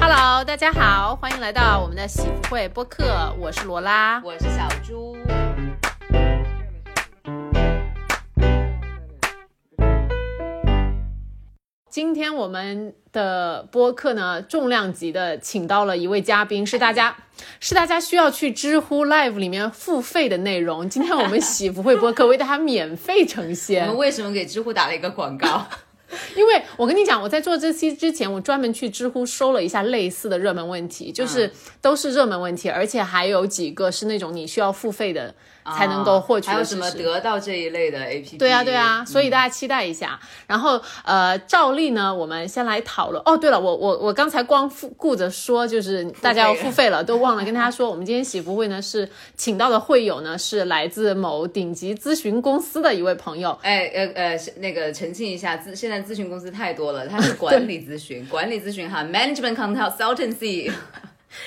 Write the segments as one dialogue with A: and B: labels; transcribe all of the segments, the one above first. A: Hello，大家好，欢迎来到我们的喜福会播客，我是罗拉。
B: 我是小猪。
A: 今天我们的播客呢，重量级的请到了一位嘉宾，是大家是大家需要去知乎 Live 里面付费的内容。今天我们喜福会播客为大家免费呈
B: 我
A: 现
B: 们，为什么给知乎打了一个 广告？
A: 因为我跟你讲，我在做这期之前，我专门去知乎搜了一下类似的热门问题，
B: 嗯
A: 就是都是热门问题，而且还有几个是那种你需要付费的才能够获取的
B: 啊还有
A: 知
B: 什么
A: 识
B: 得到这一类的 APP？
A: 对啊，对啊，
B: 嗯
A: 所以大家期待一下。然后，呃，照例呢，我们先来讨论。哦，对了，我我我刚才光顾顾着说，就是大家要付费了，都忘了跟大家说，我们今天喜福会呢是请到的会友呢是来自某顶级咨询公司的一位朋友。
B: 哎呃呃，是那个澄清一下，咨现在咨询公司太多了，它是管理咨询，管理咨询哈，management consultancy。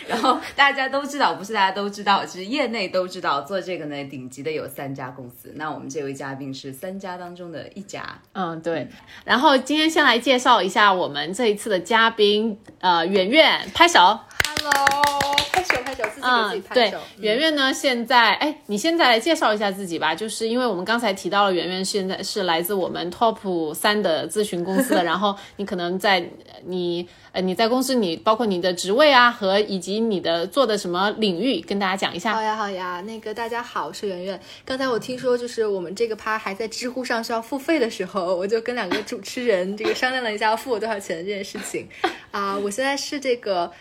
B: 然 后大家都知道，不是大家都知道，其实业内都知道，做这个呢，顶级的有三家公司。那我们这位嘉宾是三家当中的一家，
A: 嗯，对。然后今天先来介绍一下我们这一次的嘉宾，呃，圆圆，拍手。
C: Hello，拍手拍手，自己给自己
A: 嗯
C: 拍
A: 对
C: 手。，嗯
A: 圆圆呢，现在哎，你现在来介绍一下自己吧，就是因为我们刚才提到了圆圆现在是来自我们 Top 三的咨询公司的， 然后你可能在呃你呃你在公司你包括你的职位啊和以及你的做的什么领域，跟大家讲一
C: 好
A: 下。
C: 呀好呀，那个大家好，我是圆圆。刚才我听说就是我们这个趴还在知乎上需要付费的时候，我就跟两个主持人这个商量了一下要付我多少钱这件事情。 啊、我现在是这个。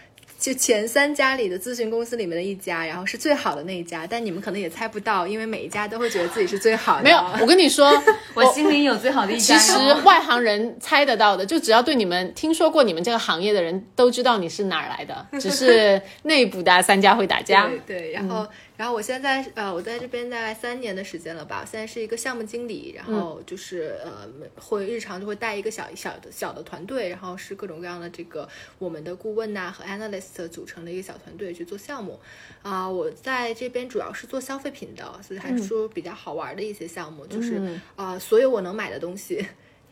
C: 就前三家里的咨询公司里面的一家，然后是最好的那一家，但你们可能也猜不到，因为每一家都会觉得自己是最好的。
A: 没有，我跟你 说，
B: 我心里有最好的一家
A: 哦其
B: 哟。
A: 实外行人猜得到的，就只要对你们听说过你们这个行业的人都知道你是哪儿来的，只是内部的三家会打架。
C: 对对，然后、然后我现在呃，我在这边大概三年的时间了吧，现在是一个项目经理，然后就是、呃，会日常就会带一个小小的小的团队，然后是各种各样的这个我们的顾问呐、和 analyst 组成的一个小团队去做项目。啊、我在这边主要是做消费品的，所以还是说比较好玩的一些项目，就是啊、呃所有我能买的东西。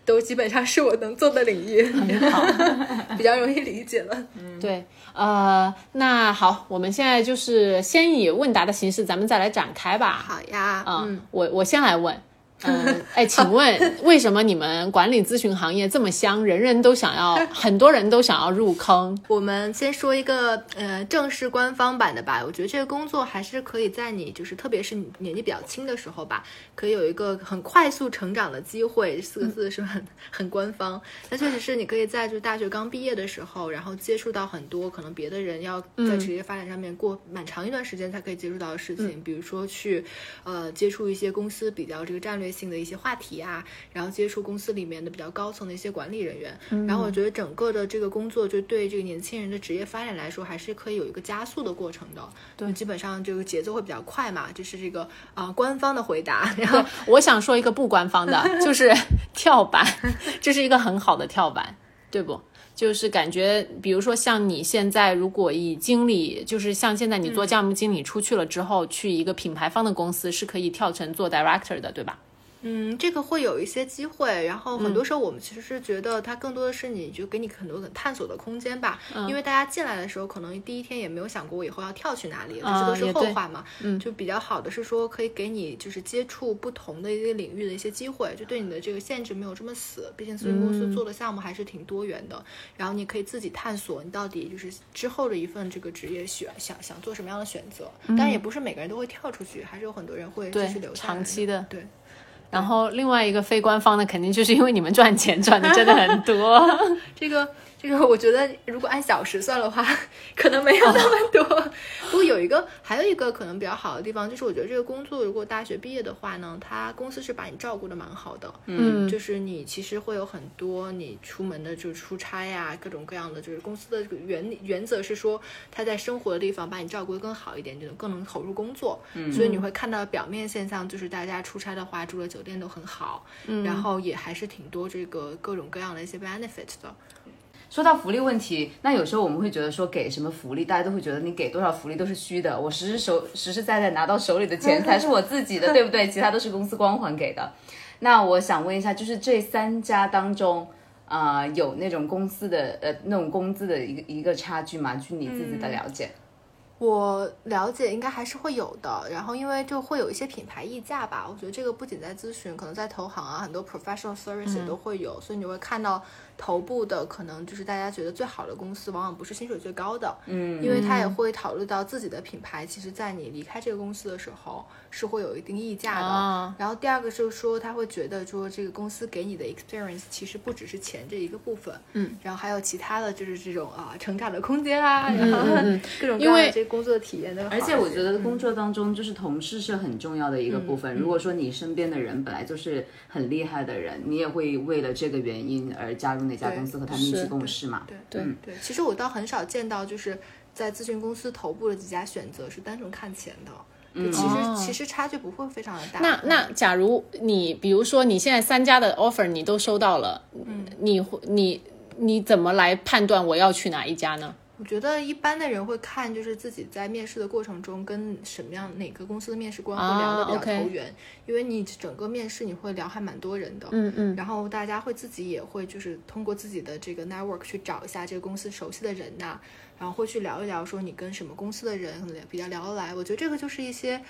C: 都基本上是我能做的领域， 比较容易理解了。
A: 对，呃，那好，我们现在就是先以问答的形式，咱们再来展开吧。
C: 好呀，
A: 啊、我我先来问，嗯、哎，请问为什么你们管理咨询行业这么香，人人都想要，很多人都想要入坑？
C: 我们先说一个呃正式官方版的吧，我觉得这个工作还是可以在你就是特别是你年纪比较轻的时候吧，可以有一个很快速成长的机会。这四个字是不是很、很官方，但确实是你可以在就大学刚毕业的时候，然后接触到很多可能别的人要在职业发展上面过蛮长一段时间才可以接触到的事情，比如说去呃接触一些公司比较这个战略性的一些话题啊，然后接触公司里面的比较高层的一些管理人员，然后我觉得整个的这个工作就对这个年轻人的职业发展来说，还是可以有一个加速的过程的。对，基本上这个节奏会比较快嘛，这是这个啊、呃官方的回答。然后
A: 我想说一个不官方的，就是 跳板，这是一个很好的跳板，对不？就是感觉，比如说像你现在，如果以经理，就是像现在你做项目经理出去了之后，去一个品牌方的公司，是可以跳成做 director 的，对吧？
C: 嗯，这个会有一些机会，然后
A: 嗯
C: 很多时候我们其实是觉得它更多的是你就给你很多可探索的空间吧，
A: 嗯
C: 因为大家进来的时候可能第一天也没有想过我以后要跳去哪里，
A: 啊
C: 这都
A: 也对
C: 是后话嘛。嗯，就比较好的是说可以给你就是接触不同的一个领域的一些机会，就对你的这个限制没有这么死，毕竟咨询
A: 嗯
C: 公司做的项目还是挺多元的，然后你可以自己探索你到底就是之后的一份这个职业选想想做什么样的选择，当然也不是每个人都会跳出去，还是有很多人会
A: 嗯
C: 继
A: 对
C: 续留下来
A: 长期的
C: 对。
A: 然后另外一个非官方的，肯定就是因为你们赚钱赚的真的很多，
C: 这个这个，我觉得如果按小时算的话，可能没有那么多。 不过有一个，还有一个可能比较好的地方，就是我觉得这个工作如果大学毕业的话呢，他公司是把你照顾的蛮好的。
A: 嗯
C: 就是你其实会有很多你出门的，就是出差呀、各种各样的，就是公司的这个原理原则是说他在生活的地方把你照顾的更好一点，就能更能投入工作。嗯，所以你会看到表面现象，就是大家出差的话住的酒店都很好，嗯，然后也还是挺多这个各种各样的一些 benefit 的。
B: 说到福利问题，那有时候我们会觉得说给什么福利，大家都会觉得你给多少福利都是虚的，我实实手实实在在拿到手里的钱才是我自己的，对不对？其他都是公司光环给的。那我想问一下，就是这三家当中，啊、呃有那种公司的呃那种工资的一个一个差距吗？据你自己的了解，
C: 我了解应该还是会有的，然后因为就会有一些品牌溢价吧，我觉得这个不仅在咨询，可能在投行啊，很多 professional service 也都会有，所以你会看到头部的可能就是大家觉得最好的公司，往往不是薪水最高的，嗯，因为它也会考虑到自己的品牌，其实在你离开这个公司的时候是会有一定溢价的。
A: 啊
C: 然后第二个就是说，他会觉得说这个公司给你的 experience 其实不只是钱这一个部分，嗯，然后还有其他的就是这种啊成长的空间啊，然后各种各
A: 因
C: 样
A: 为
C: 的这工作体验的好一
B: 而
C: 些。
B: 且我觉得工作当中，就是同事是很重要的一个部分。如果说你身边的人本来就是很厉害的人，你也会为了这个原因而加入那家公司和他们一起
A: 是
B: 共事嘛？嗯
C: 对对对，其实我倒很少见到，就是在咨询公司头部的几家选择是单纯看钱的，就其实、
A: 哦
B: 嗯
C: 其实差距不会非常的大。
A: 那那假如你比如说你现在三家的 offer 你都收到了，嗯，你会你你怎么来判断我要去哪一家呢？
C: 我觉得一般的人会看，就是自己在面试的过程中跟什么样哪个公司的面试官会聊得比
A: 啊
C: 较
A: ，OK
C: 投缘，因为你整个面试你会聊还蛮多人的，
A: 嗯嗯，
C: 然后大家会自己也会就是通过自己的这个 network 去找一下这个公司熟悉的人呐、然后会去聊一聊说你跟什么公司的人可能比较聊得来。我觉得这个就是一些，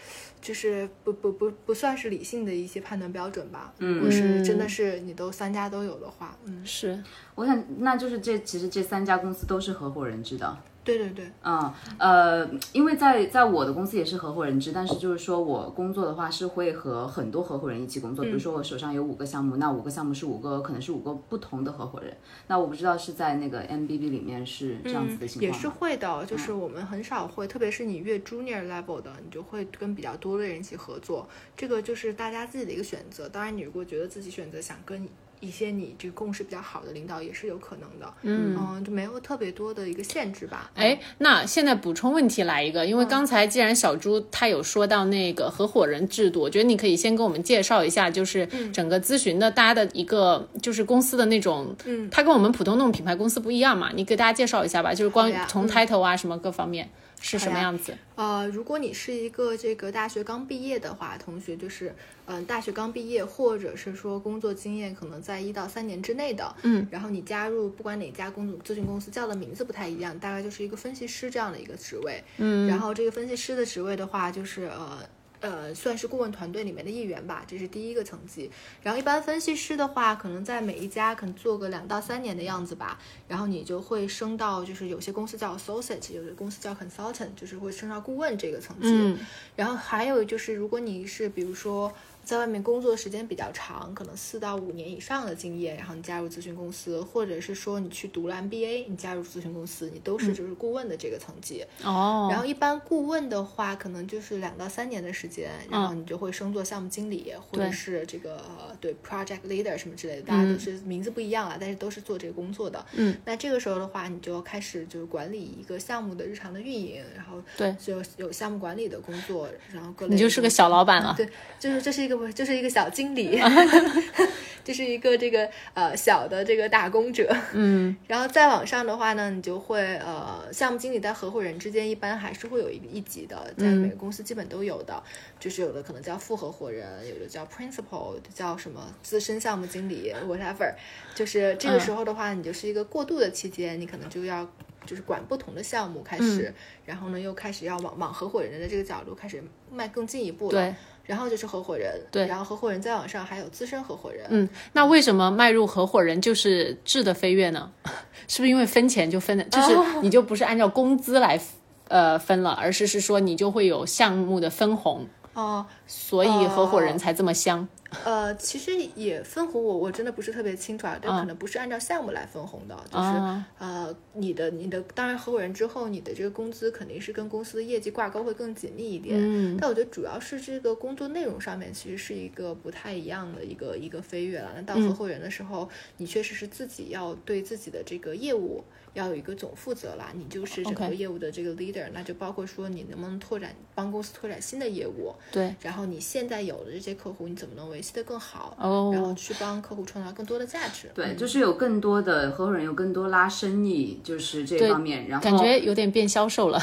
C: 就是不不不不算是理性的一些判断标准吧。嗯如果是真的是你都三家都有的话，嗯，
A: 是
B: 我想，那就是这其实这三家公司都是合伙人制的。
C: 对对对，
B: 嗯，呃，因为在在我的公司也是合伙人制，但是就是说我工作的话是会和很多合伙人一起工作，比
A: 嗯
B: 如说我手上有五个项目，那五个项目是五个可能是五个不同的合伙人，那我不知道是在那个 MBB 里面是这样子的
A: 嗯
B: 情
C: 也
B: 况吗、嗯
C: 是会的，就是我们很少会，特别是你越 junior level 的，你就会跟比较多的人一起合作。这个就是大家自己的一个选择。当然，你如果觉得自己选择想跟一些你这个共识比较好的领导，也是有可能的。嗯就没有特别多的一个限制吧。
A: 哎，那现在补充问题来一个，因为
C: 嗯
A: 刚才既然小朱他有说到那个合伙人制度，我觉得你可以先给我们介绍一下，就是
C: 嗯
A: 整个咨询的大家的一个就是公司的那种，嗯，它跟我们普通那种品牌公司不一样嘛，你给大家介绍一下吧，就是关于
C: 好呀嗯
A: 从 title 啊什么各方面是什么样子，
C: 呃，如果你是一个这个大学刚毕业的话，同学就是，嗯、大学刚毕业，或者是说工作经验可能在一到三年之内的，嗯，然后你加入不管哪家公司咨询公司叫的名字不太一样，大概就是一个分析师这样的一个职位，嗯，然后这个分析师的职位的话，就是呃。呃，算是顾问团队里面的一员吧，这是第一个层级。然后一般分析师的话，可能在每一家可能做个两到三年的样子吧，然后你就会升到就是有些公司叫 associate，有些公司叫 consultant，就是会升到顾问这个层级。
A: 嗯
C: 然后还有就是，如果你是比如说在外面工作时间比较长，可能四到五年以上的经验，然后你加入咨询公司，或者是说你去读了 MBA，你加入咨询公司，你都是就是顾问的这个层级。
A: 哦，
C: 然后一般顾问的话，可能就是两到三年的时间，然后你就会升做项目经理，或者
A: 嗯对
C: 是这个呃对 project leader 什么之类的，大家都是名字不一样啊，但是都是做这个工作的。
A: 嗯，
C: 那这个时候的话，你就开始就是管理一个项目的日常的运营，然后
A: 对
C: 就有项目管理的工作，然后各类
A: 你就
C: 的
A: 是
C: 东
A: 个
C: 西
A: 小老板啊了，
C: 对，就是这是一个就是一个小经理，就是一个这个呃小的这个打工者，嗯，然后再往上的话呢，你就会呃项目经理在合伙人之间一般还是会有一一级的，在每个公司基本都有的，就是有的可能叫副合伙人，有的叫 principal，有的叫什么资深项目经理 whatever，就是这个时候的话，你就是一个过渡的期间，你可能就要。就是管不同的项目开始，然后呢，又开始要往往合伙人的这个角度开始迈更进一步了。
A: 对，
C: 然后就是合伙人，
A: 对
C: 然后合伙人再往上还有资深合伙人，
A: 嗯，那为什么迈入合伙人就是质的飞跃呢？ 是不是因为分钱就分的，就是
B: 哦
A: 你就不是按照工资来呃分了，而是是说你就会有项目的分红，
C: 哦，
A: 所以合伙
B: 哦
A: 人才这么香。
C: 呃，其实也分红我我真的不是特别清楚啊，
A: 嗯
C: 这可能不是按照项目来分红的，就是、
A: 啊
C: 呃，你的你的当然合伙人之后，你的这个工资肯定是跟公司的业绩挂钩会更紧密一点，
A: 嗯，
C: 但我觉得主要是这个工作内容上面其实是一个不太一样的一个一个飞跃了。那到
A: 嗯
C: 合伙人的时候，你确实是自己要对自己的这个业务要有一个总负责啦，你就是整个
A: OK
C: 业务的这个 leader，那就包括说你能不能拓展帮公司拓展新的业务，
A: 对，
C: 然后你现在有的这些客户，你怎么能维系得更好，然后
A: 哦，
C: 去帮客户创造更多的价值。
B: 对，就是有更多的合伙人有更多拉生意，就是这
A: 对
B: 方面。然后
A: 感觉有点变销售了。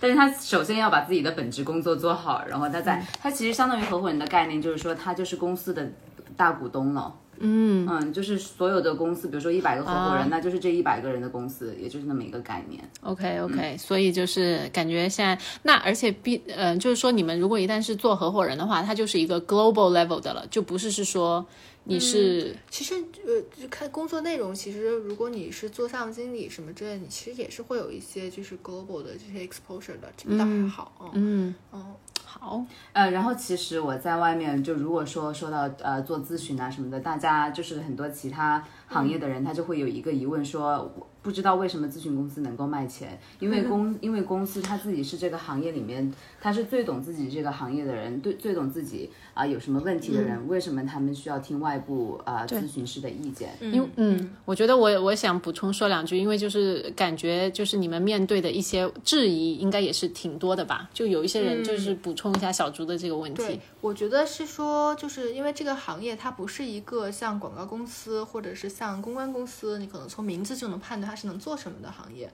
B: 但是他首先要把自己的本职工作做好，然后他在、他其实相当于合伙人的概念，就是说他就是公司的大股东了。
C: 嗯，
B: 嗯，就是所有的公司，比如说一百个合伙人，
A: 啊
B: 那就是这一百个人的公司，也就是那么一个概念。
A: OK
B: 嗯
A: OK，、所以就是感觉现在那而且必呃，就是说你们如果一旦是做合伙人的话，它就是一个 global level 的了，就不是是说你
B: 嗯
A: 是、
C: 其实呃，就看工作内容，其实如果你是做项目经理什么之类的，你其实也是会有一些就是 global 的这些 exposure 的，这个倒还好。嗯
A: 嗯
C: 嗯
A: 好
B: 呃，然后其实我在外面，就如果说说到呃做咨询啊什么的，大家就是很多其他行业的人，他就会有一个疑问说。我不知道为什么咨询公司能够卖钱，因为公因为公司他自己是这个行业里面，他是最懂自己这个行业的人，最最懂自己啊、有什么问题的人，为什么他们需要听外部啊、咨询师的意见？
A: 因为嗯，我觉得我我想补充说两句，因为就是感觉就是你们面对的一些质疑，应该也是挺多的吧？就有一些人就是补充一下小竹的这个问题
C: 对，，我觉得是说，就是因为这个行业它不是一个像广告公司或者是像公关公司，你可能从名字就能判断它是能做什么的行业。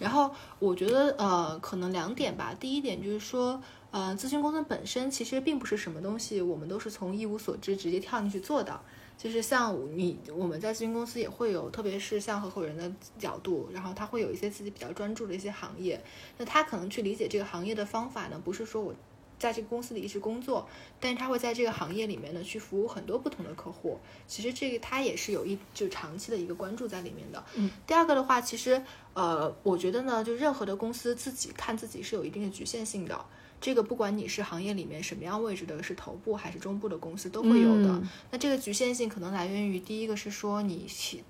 C: 然后我觉得呃，可能两点吧。第一点就是说，呃，咨询公司本身其实并不是什么东西，我们都是从一无所知直接跳进去做的。就是像你，我们在咨询公司也会有，特别是像合伙人的角度，然后他会有一些自己比较专注的一些行业，那他可能去理解这个行业的方法呢，不是说我在这个公司里一直工作，但是他会在这个行业里面呢去服务很多不同的客户。其实这个他也是有一就长期的一个关注在里面的。嗯，第二个的话，其实呃，我觉得呢，就任何的公司自己看自己是有一定的局限性的。这个不管你是行业里面什么样位置的，是头部还是中部的公司都会有的。
A: 嗯
C: 那这个局限性可能来源于第一个是说你其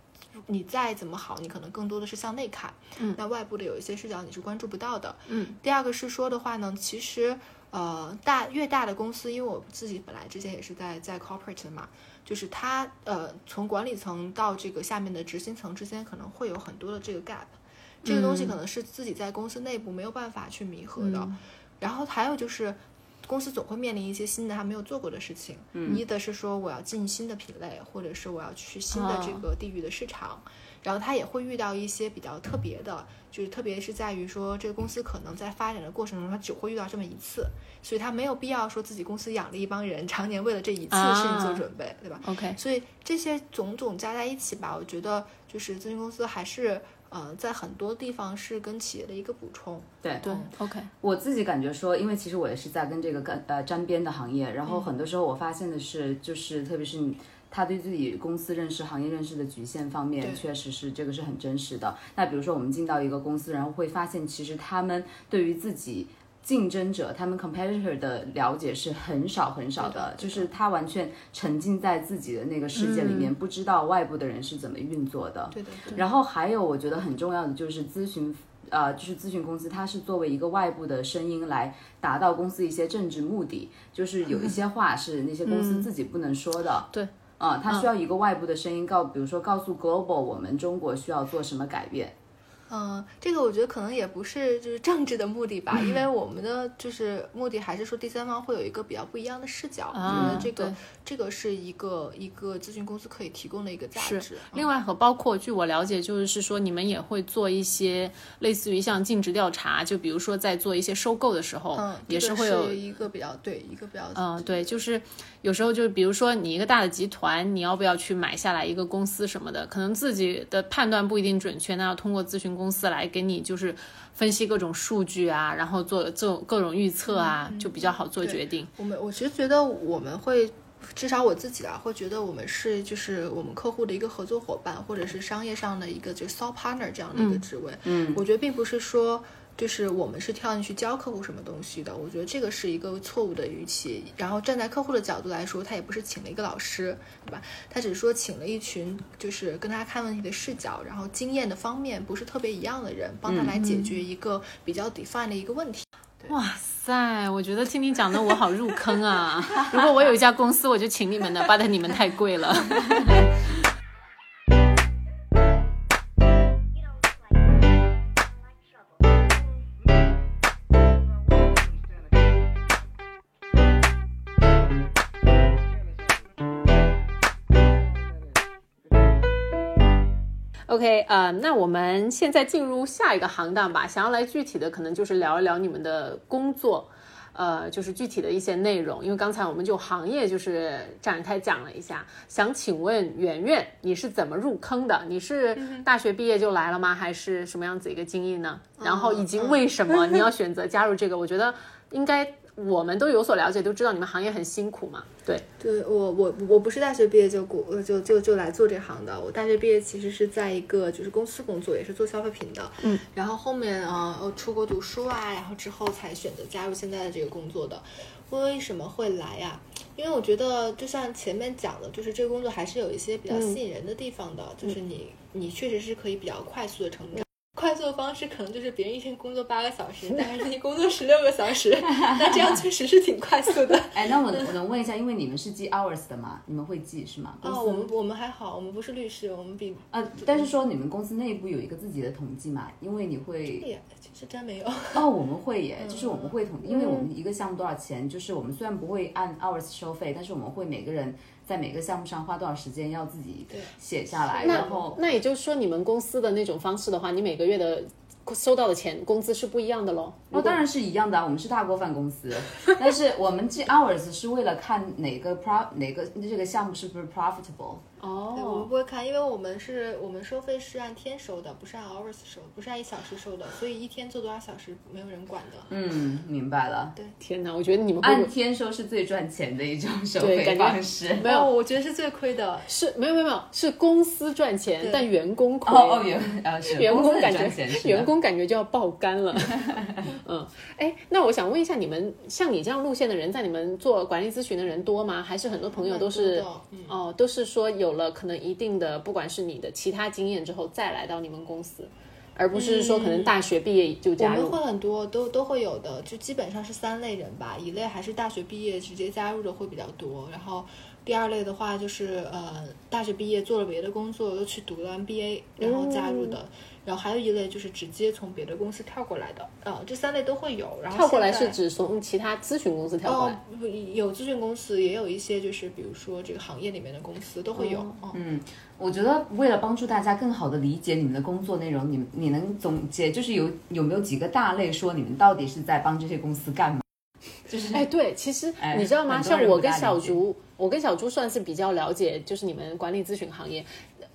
C: 你再怎么好，你可能更多的是向内看，
A: 嗯
C: 那外部的有一些视角你是关注不到的，
A: 嗯。
C: 第二个是说的话呢，其实呃大越大的公司，因为我自己本来之前也是在在 corporate 的嘛，就是它呃从管理层到这个下面的执行层之间可能会有很多的这个 gap，这个东西
A: 嗯
C: 可能是自己在公司内部没有办法去弥合的，然后还有就是。公司总会面临一些新的他没有做过的事情，
A: 嗯
C: 一的是说我要进新的品类，或者是我要去新的这
A: 哦
C: 个地域的市场，然后他也会遇到一些比较特别的，就是特别是在于说这个公司可能在发展的过程中，他只会遇到这么一次，所以他没有必要说自己公司养了一帮人，常年为了这一次事情做
A: 啊
C: 准备，对吧？
A: OK，
C: 所以这些种种加在一起吧，我觉得就是咨询公司还是呃在很多地方是跟企业的一个补充，
B: 对
A: 对，OK，
B: 我自己感觉说，因为其实我也是在跟这个干呃沾边的行业，然后很多时候我发现的是，就是特别是你。他对自己公司认识、行业认识的局限方面，
C: 对
B: 确实是这个是很真实的。那比如说，我们进到一个公司，然后会发现，其实他们对于自己竞争者、他们 competitor 的了解是很少很少的，就是他完全沉浸在自己的那个世界里面，不知道外部的人是怎么运作的。
C: 嗯对的，对的
B: 然后还有我觉得很重要的就是咨询，呃，就是咨询公司，它是作为一个外部的声音来达到公司一些政治目的，就是有一些话是那些公
C: 嗯
B: 司自己不能说的。
A: 对。
B: 啊、它需要一个外部的声音告，比如说告诉 global 我们中国需要做什么改变。
C: 嗯，这个我觉得可能也不是就是政治的目的吧，因为我们的就是目的还是说第三方会有一个比较不一样的视角，我觉
A: 啊
C: 得这个
A: 对
C: 这个是一个一个咨询公司可以提供的一个价值。嗯
A: 另外和包括据我了解，就是说你们也会做一些类似于像尽职调查，就比如说在做一些收购的时候，
C: 嗯，
A: 也
C: 这个
A: 会有
C: 是一个比较对一个比较
A: 嗯，对，就是有时候就是，比如说你一个大的集团，你要不要去买下来一个公司什么的，可能自己的判断不一定准确，那要通过咨询公司来给你就是分析各种数据啊，然后做做各种预测啊，就比较好做
C: 对
A: 决定。
C: 我们我其实觉得我们会，至少我自己啊，会觉得我们是就是我们客户的一个合作伙伴，或者是商业上的一个就是 sole partner 这样的一个职位。嗯，我觉得并不是说。就是我们是跳进去教客户什么东西的，我觉得这个是一个错误的预期。然后站在客户的角度来说，他也不是请了一个老师，对吧？他只是说请了一群就是跟他看问题的视角，然后经验的方面不是特别一样的人，帮他来解决一个比较 define 的一个问题。
A: 哇塞，我觉得听你讲的我好入坑啊！如果我有一家公司，我就请你们的，巴但你们太贵了。
D: You know, it's like, like trouble.
A: OK，呃，那我们现在进入下一个行当吧，想要来具体的，可能就是聊一聊你们的工作。呃，就是具体的一些内容，因为刚才我们就行业就是展开讲了一下。想请问圆圆，你是怎么入坑的？你是大学毕业就来了吗？还是什么样子一个经历呢？然后以及为什么你要选择加入这个？我觉得应该我们都有所了解，都知道你们行业很辛苦嘛。对，
C: 对我我我不是大学毕业就过呃就就就来做这行的，我大学毕业其实是在一个就是公司工作，也是做消费品的，嗯，然后后面啊、呃、出国读书啊，然后之后才选择加入现在的这个工作的。为什么会来呀、因为我觉得就像前面讲的，就是这个工作还是有一些比较吸引人的地方的，就是你你确实是可以比较快速的成长。快速的方式可能就是别人一天工作八个小时，但是你工作十六个小时， 那这样确实是挺快速的。
B: 哎，那我我能问一下，因为你们是记 hours 的嘛？你们会记是吗？公司
C: 哦，我们我们还好，我们不是律师，我们 比
B: 呃，但是说你们公司内部有一个自己的统计嘛？因为你会
C: 哎呀，其实真没有。
B: 哦，我们会耶，就是我们会统，因为我们一个项目多少钱，就是我们虽然不会按 hours 收费，但是我们会每个人在每个项目上花多少时间，要自己写下来，
A: 那
B: 然后
A: 那也就是说，你们公司的那种方式的话，你每个月的收到的钱工资是不一样的喽。
B: 哦，当然是一样的啊，我们是大锅饭公司， 但是我们记 hours 是为了看哪个 pro 哪个这个项目是不是 profitable，
C: 对我们
A: 哦，
C: 不会看，因为我们是我们收费是按天收的，不是按 hours 收，不是按一小时收的，所以一天做多少小时没有人管的。
B: 嗯，明白了。
A: 天哪，我觉得你们会不
B: 按
A: 会
B: 天收是最赚钱的一种收
A: 对
B: 费
A: 感觉
B: 方式。
A: 没有
C: 哦我觉得是最亏的。
A: 是没有没有没有，是公司赚钱，
C: 对
A: 但员工亏。
B: 哦哦，员呃是
A: 员
B: 公司
A: 工
B: 很
A: 感
B: 赚钱是
A: 觉
B: 的
A: 员工感觉就要爆肝了，嗯，哎，那我想问一下，你们像你这样路线的人，在你们做管理咨询的人多吗？还是很多朋友都是
C: 蛮多的嗯
A: 哦，都是说有了可能一定的，不管是你的其他经验之后再来到你们公司，而不是说可能大学毕业就
C: 嗯我
A: 加
C: 们
A: 入
C: 会。很多都都会有的，就基本上是三类人吧，一类还是大学毕业直接加入的会比较多，然后第二类的话就是呃大学毕业做了别的工作，又去读了 MBA 然后加入
A: 哦
C: 的，然后还有一类就是直接从别的公司跳过来的，呃这三类都会有。然后
A: 跳过来
C: 现在
A: 是指从其他咨询公司跳过
C: 哦
A: 来，，
C: 不有咨询公司，也有一些就是比如说这个行业里面的公司都
A: 哦
C: 会有。嗯，
B: 嗯，我觉得为了帮助大家更好的理解你们的工作内容，你你能总结就是有有没有几个大类说你们到底是在帮这些公司干嘛？就是
A: 哎，对，其实
B: 哎
A: 你知道吗？
B: 很多
A: 像
B: 人
A: 我
B: 不
A: 跟
B: 大
A: 小
B: 理解
A: 竹，我跟小竹算是比较了解，就是你们管理咨询行业。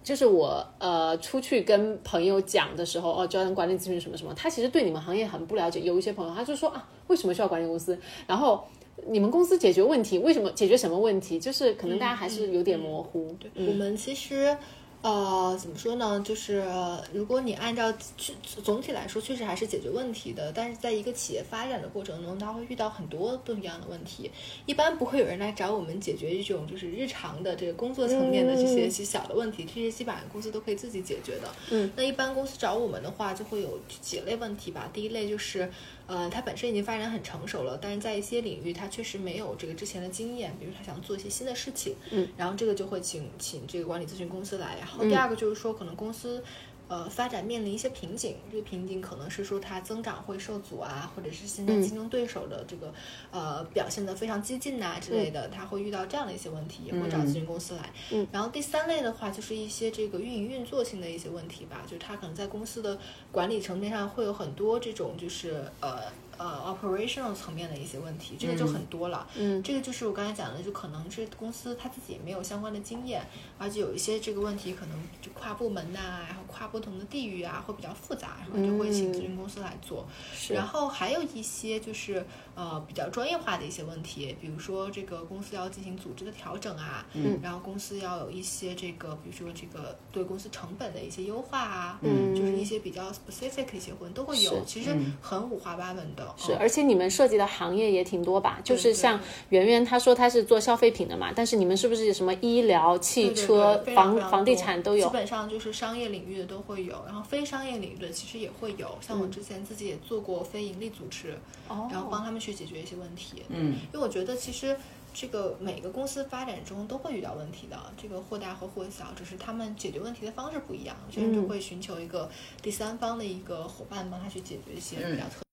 A: 就是我呃出去跟朋友讲的时候，哦，教人管理咨询什么什么，他其实对你们行业很不了解。有一些朋友他就说啊，为什么需要管理公司？然后你们公司解决问题，为什么解决什么问题？就是可能大家还是有点模糊。嗯对
C: 我们其实。呃，怎么说呢？就是呃如果你按照去总体来说，确实还是解决问题的。但是在一个企业发展的过程中，它会遇到很多不一样的问题。一般不会有人来找我们解决这种就是日常的这个工作层面的这些
A: 嗯
C: 些小的问题，这些基本上公司都可以自己解决的。嗯，那一般公司找我们的话，就会有几类问题吧。第一类就是，呃，它本身已经发展很成熟了，但是在一些领域它确实没有这个之前的经验，比如他想做一些新的事情，嗯，然后这个就会请请这个管理咨询公司来。然后第二个就是说，可能公司。呃，发展面临一些瓶颈，这个瓶颈可能是说它增长会受阻啊，或者是现在竞争对手的这个、呃表现得非常激进呐、之类的，它会遇到这样的一些问题，也会找咨询公司来。然后第三类的话，就是一些这个运营运作性的一些问题吧，就是它可能在公司的管理层面上会有很多这种就是呃呃 operational 层面的一些问题，这个就很多了。
A: 嗯
C: 这个就是我刚才讲的，就可能是公司它自己也没有相关的经验，而且有一些这个问题可能就跨部门呐、然后跨不同的地域啊，会比较复杂，然后就会
A: 嗯
C: 请咨询公司来做。然后还有一些就是呃比较专业化的一些问题，比如说这个公司要进行组织的调整啊，嗯，然后公司要有一些这个，比如说这个对公司成本的一些优化啊，嗯，就是一些比较 specific 的一些问都会有
A: 是，嗯
C: 其实很五花八门的，
A: 是，
C: 嗯
A: 而且你们涉及的行业也挺多吧？就是
C: 对
A: 像圆圆她说她是做消费品的嘛，但是你们是不是什么医疗、汽
C: 对对
A: 车
C: 对、非常
A: 房
C: 非常
A: 房地
C: 多
A: 产都有
C: 基？本上就是商业领域的都会有，然后非商业领域的其实也会有。像
A: 嗯
C: 我之前自己也做过非盈利组织，然后帮他们去解决一些问题。
B: 嗯，
C: 因为我觉得其实这个每个公司发展中都会遇到问题的，这个或大或或小，只是他们解决问题的方式不一样。有些人就会寻求一个第三方的一个嗯伙伴帮他去解决一些比较特。
A: 嗯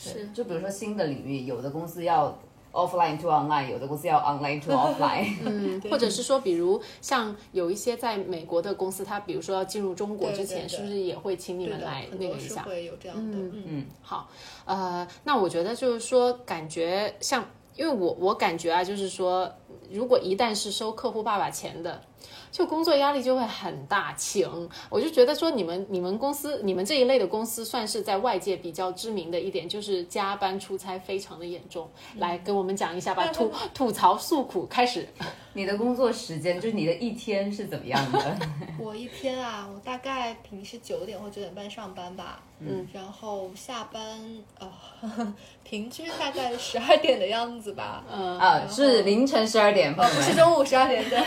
B: 是，就比如说新的领域，有的公司要 offline to online，有的公司要 online to offline。
A: 嗯，或者是说，比如像有一些在美国的公司，它比如说要进入中国
C: 对
A: 之
C: 对
A: 前，
C: 对
A: 是不是也会请你
C: 对
A: 们
C: 的
A: 来，
C: 很
A: 那个
C: 多
A: 一
C: 是
A: 下？
C: 会有这样的，嗯
A: 好，呃，那我觉得就是说，感觉像，因为我我感觉啊，就是说，如果一旦是收客户爸爸钱的，就工作压力就会很大。请，我就觉得说，你们你们公司你们这一类的公司，算是在外界比较知名的一点，就是加班出差非常的严重。来给我们讲一下吧，吐吐槽诉苦，开始。
B: 你的工作时间就是你的一天是怎么样的？
C: 我一天啊，我大概平时九点或九点半上班吧，嗯，然后下班呃， 平均大概十二点的样子吧，嗯，
B: 啊，是凌晨十二点，朋友
C: 不是
B: 们。
C: 中午十二点对，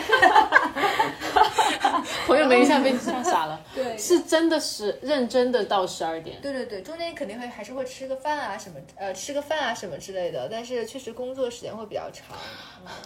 A: 朋友们一下被你吓傻了，
C: 对
A: 是真的是认真的到十二点。
C: 对对对，中间肯定会还是会吃个饭啊什么，呃，吃个饭啊什么之类的，但是确实工作时间会比较长，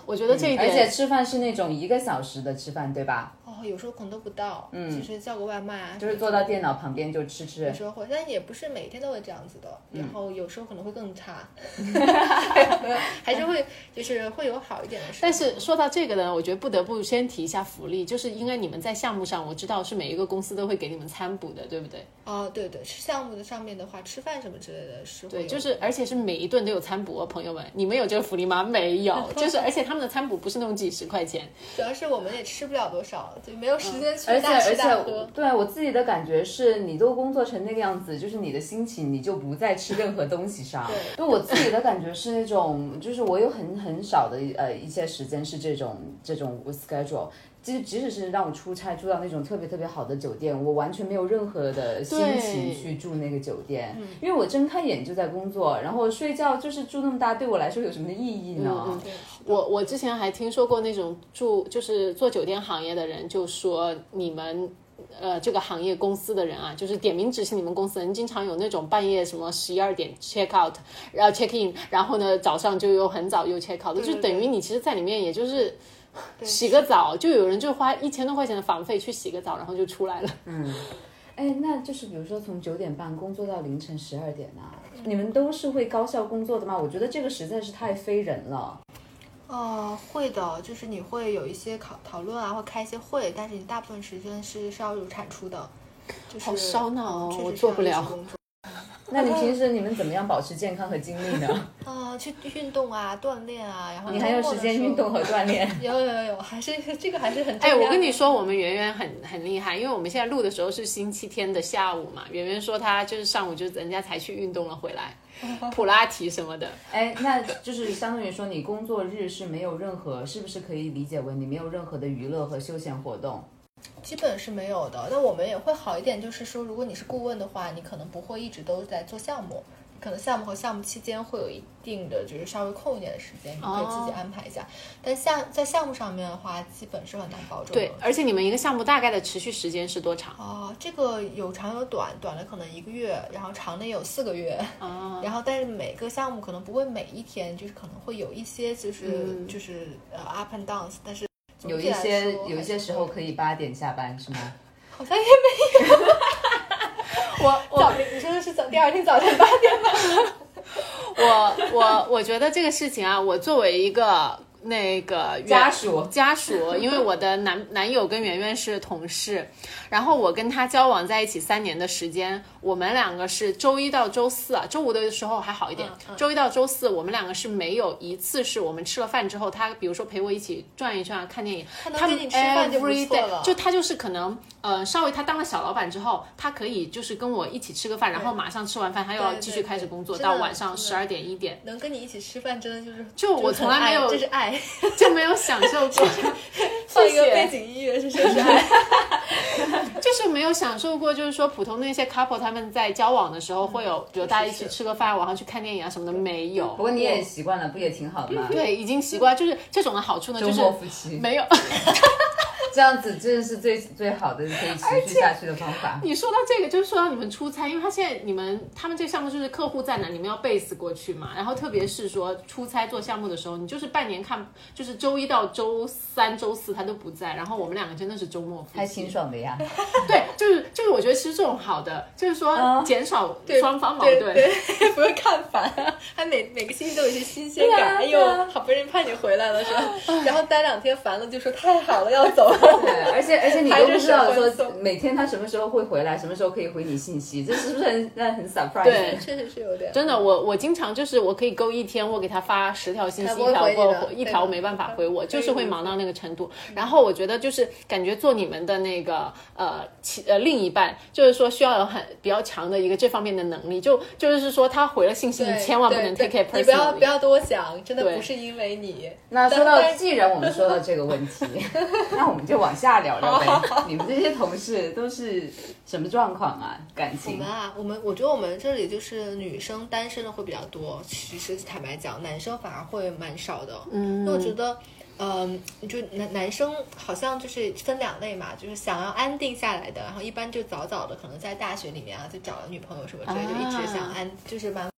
A: 我觉得这一点，
B: 嗯而且吃饭是那种一个小时的吃饭，对吧？
C: 哦，有时候可能都不到，嗯，就是叫个外卖啊，
B: 就是坐到电脑旁边就吃吃
C: 有。时候会，但也不是每天都会这样子的，
B: 嗯
C: 然后有时候可能会 更差， 还是会就是会有好一点的时候。
A: 但是说到这个呢，我觉得不得不先提一下福利，就是因为你们在项目上，我知道是每一个公司都会给你们参补的，对不对？
C: 哦，对对，是项目的上面的话，吃饭什么之类的是会
A: 对，
C: 有
A: 就是而且是每一顿都有参补哦，朋友们，你们有这个福利吗？没 有，就是而且他们的参补不是那种几十块钱，
C: 主要是我们也吃不了多少，就没有时间去
B: 嗯而且
C: 大
B: 而
C: 吃大
B: 且
C: 喝，。
B: 对我自己的感觉是，你都工作成那个样子，就是你的心情，你就不再吃任何东西上。
C: 对
B: 对我自己的感觉是那种，就是我有很很少的呃一些时间是这种这种 schedule。即即使是让我出差住到那种特别特别好的酒店，我完全没有任何的心情
A: 对
B: 去住那个酒店，
C: 嗯
B: 因为我睁开眼就在工作，然后睡觉就是住那么大，对我来说有什么意义呢？
A: 嗯嗯
C: 对是的
A: 我我之前还听说过那种住就是做酒店行业的人就说你们。呃，这个行业公司的人啊，就是点名指是你们公司人，经常有那种半夜什么十一二点 check out，然后 check in，然后呢早上就又很早又 check out，的
C: 对对
A: 就等于你其实，在里面也就是
C: 对
A: 洗个澡，就有人就花一千多块钱的房费去洗个澡，然后就出来了。
B: 哎，那就是比如说从九点半工作到凌晨十二点啊，你们都是会高效工作的吗？我觉得这个实在是太非人了。
C: 哦，会的，就是你会有一些讨讨论啊，会开一些会，但是你大部分时间是是要有产出的，就是
A: 好烧脑哦
C: 确实
A: 我
C: 是
A: 做
C: 要
A: 不
C: 一直
A: 了
C: 工作
B: 那你平时你们怎么样保持健康和精力呢？
C: 呃，去运动啊，锻炼啊，然后
B: 你还有
C: 周末
B: 时
C: 的
B: 间
C: 时候
B: 运动？和锻炼？
C: 有有有有，还是这个还是很重
A: 啊哎，
C: 要
A: 我跟你说，我们圆圆很很厉害，因为我们现在录的时候是星期天的下午嘛，圆圆说她就是上午就人家才去运动了回来，普拉提什么的。
B: 哎，那就是相当于说你工作日是没有任何，是不是可以理解为你没有任何的娱乐和休闲活动？
C: 基本是没有的。但我们也会好一点，就是说，如果你是顾问的话，你可能不会一直都在做项目，可能项目和项目期间会有一定的就是稍微空一点的时间，你可以自己
A: 哦
C: 安排一下。但项在项目上面的话，基本是很难保证的。
A: 对，而且你们一个项目大概的持续时间是多长？
C: 哦，这个有长有短，短的可能一个月，然后长的有四个月，
A: 啊
C: 然后但是每个项目可能不会每一天，就是可能会有一些就是、
A: 嗯
C: 就是呃 up and down，s 但是总
B: 有
C: 体
B: 一
C: 来
B: 些
C: 说
B: 有一
C: 还
B: 些
C: 是
B: 时候
C: 会
B: 可以八点下班是吗？
C: 好像也没
A: 我
C: 有早，你说的是早第二天早晨八点吗？
A: 我我我觉得这个事情啊，我作为一个那个员
B: 家属
A: 家属，因为我的男男友跟圆圆是同事，然后我跟他交往在一起三年的时间，我们两个是周一到周四啊，周五的时候还好一
C: 嗯
A: 点，周一到周四我们两个是没有一次是我们吃了饭之后，他比如说陪我一起转一转啊，看电影，
C: 能
A: 他们
C: 跟你吃饭就不
A: every
C: 错
A: day-
C: 了
A: 就他就是可能呃稍微他当了小老板之后，他可以就是跟我一起吃个饭，然后马上吃完饭他又要
C: 对
A: 继
C: 对
A: 续开始
C: 对
A: 工作
C: 真的
A: 到晚上
C: 真
A: 十
C: 的
A: 二点一点。
C: 能跟你一起吃饭，真的就是
A: 就我
C: 是
A: 从
C: 很
A: 来没
C: 爱
A: 有
C: 这是爱，
A: 就没有享受 过，
C: 放
A: 谢
C: 一个
A: 谢
C: 背景音乐是这是爱。
A: 就是没有享受过，就是说普通那些 couple 他们在交往的时候会有，
C: 嗯
A: 比如大家一起吃个饭，晚上去看电影啊什么的，没
B: 不
A: 有。
B: 过你也习惯了，不也挺好的吗？，
A: 对，已经习惯，就是这种的好处呢，
B: 周
A: 就是
B: 末夫妻。
A: 没有，
B: 这样子真的是最最好的可以持续下去的方
C: 哎
B: 法。
A: 你说到这个，就是说到你们出差，因为他现在你们他们这个项目就是客户在哪，你们要 base 过去嘛。然后特别是说出差做项目的时候，你就是半年看，就是周一到周三、周四他都不在，然后我们两个真的是周末夫妻
B: 还挺爽的哦呀，
A: 对，就是就是我觉得其实这种好的，就是说减少
C: 对
A: 双方矛
C: 对
A: 盾。
C: 对， 不会看烦啊，还每每个星期都有一些新鲜
B: 对
C: 感。
B: 啊
C: 哎
B: 对啊
C: 呦，好不容易盼你回来了是吧？然后待两天烦了，就说太好了，要走了。
B: 对， 而且而且你
C: 还
B: 都
C: 是
B: 不知道
C: 手分
B: 说
C: 送
B: 每天他什么时候会回来，什么时候可以回你信息，这是不是很让人很 surprise？
A: 对
C: 确实是有点。
A: 真的，我我经常就是我可以勾一天，我给他发十条信息，
C: 他
A: 一
C: 不会
A: 条
C: 回你
A: 过
C: 的
A: 回一
C: 对
A: 条
C: 吧
A: 没办法
C: 嗯
A: 回我，就是
C: 可
A: 会
C: 以嗯
A: 忙到那个程度。然后我觉得就是感觉做你们的那个呃其呃另一半，就是说需要有很比较强的一个这方面的能力，就就是说他回了信息，你
C: 对
A: 千万不
C: 对
A: 能
C: 对
A: take it
C: 你不要不
A: personally。
C: 要多想，真的
A: 对
C: 不是因为你。
B: 那说到
C: 但，但
B: 既然我们说到这个问 题，那我们就往下聊聊呗。你们这些同事都是什么状况啊？感
C: 我
B: 情
C: 们？啊，我们我觉得我们这里就是女生单身的会比较多，其实坦白讲，男生反而会蛮少的。嗯，因为我觉得，嗯、就男男生好像就是分两类嘛，就是想要安定下来的，然后一般就早早的可能在大学里面啊就找了女朋友什么之类，就一直想安，就是蛮。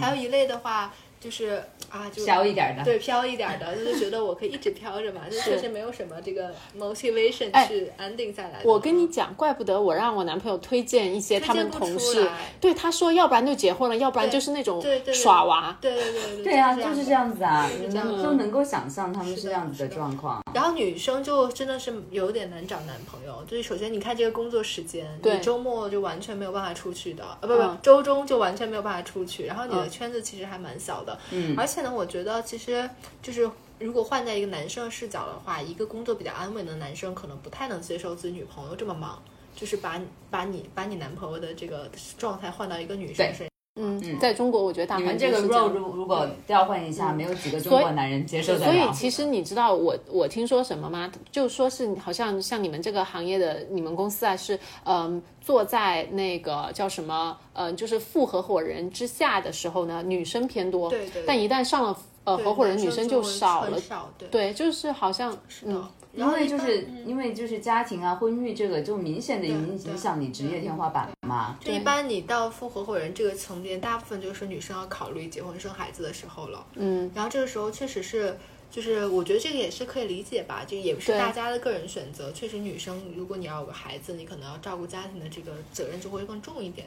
C: 还有一类的话，就是啊，就
B: 嗯小一点的，
C: 对飘一点儿的，就是觉得我可以一直飘着嘛，就是确实没有什么这个 motivation
A: 哎
C: 去安定下来的。
A: 我跟你讲，怪不得我让我男朋友推荐一些
C: 推
A: 他们
C: 荐不
A: 同
C: 出
A: 事
C: 来，
A: 对他说，要不然就结婚了，要不然
C: 对
A: 就是那种
C: 对对对
A: 耍娃。
C: 对对对对
B: 对啊，
C: 样
B: 就是
C: 的
B: 这样子啊，你
C: 这样
B: 们都能够想象他们是
C: 是
B: 这
C: 的
B: 样子的
C: 是的
B: 状况。
C: 然后女生就真的是有点难找男朋友，就是首先你看这个工作时间，
A: 对
C: 你周末就完全没有办法出去的，呃，不
A: 嗯
C: 不，周中就完全没有办法出去。然后你的
A: 嗯
C: 圈子其实还蛮小的，
B: 嗯
C: 而且呢，我觉得其实就是。如果换在一个男生视角的话，一个工作比较安稳的男生可能不太能接受自己女朋友这么忙，就是把你把你把你男朋友的这个状态换到一个女生
B: 对
C: 身上。
A: 嗯，
B: 嗯
A: 在中国我觉得大
B: 你
A: 环
B: 们
A: 境
B: 这
A: 是
B: 个
A: 这样
B: role
A: 的
B: 如如果调换一下，没有几个中
A: 所以
B: 国男人接受得
A: 所以
B: 了。
C: 啊
A: 其实你知道我我听说什么吗？就说是好像像你们这个行业的你们公司啊，是嗯坐在那个叫什么嗯、呃就是副合伙人之下的时候呢，女生偏多，
C: 对对对
A: 但一旦上了呃
C: 对
A: 合伙人，
C: 男
A: 女
C: 生
A: 生就
C: 会
A: 少
C: 很
A: 了，
C: 少对
A: 对，就是好像
C: 是的
A: 嗯。
B: 因
C: 然后
B: 为
C: 一
B: 就
C: 般
B: 是
C: 嗯
B: 因为就是家庭啊、婚育这个，就明显的影
C: 对
B: 影响你职业天花板嘛。
C: 就一般你到副合伙人这个层面，大部分就是女生要考虑结婚生孩子的时候了。
A: 嗯，
C: 然后这个时候确实是，就是我觉得这个也是可以理解吧，就也不是
A: 对
C: 大家的个人选择。
A: 嗯
C: 确实，女生如果你要有个孩子，你可能要照顾家庭的这个责任就会更重一点。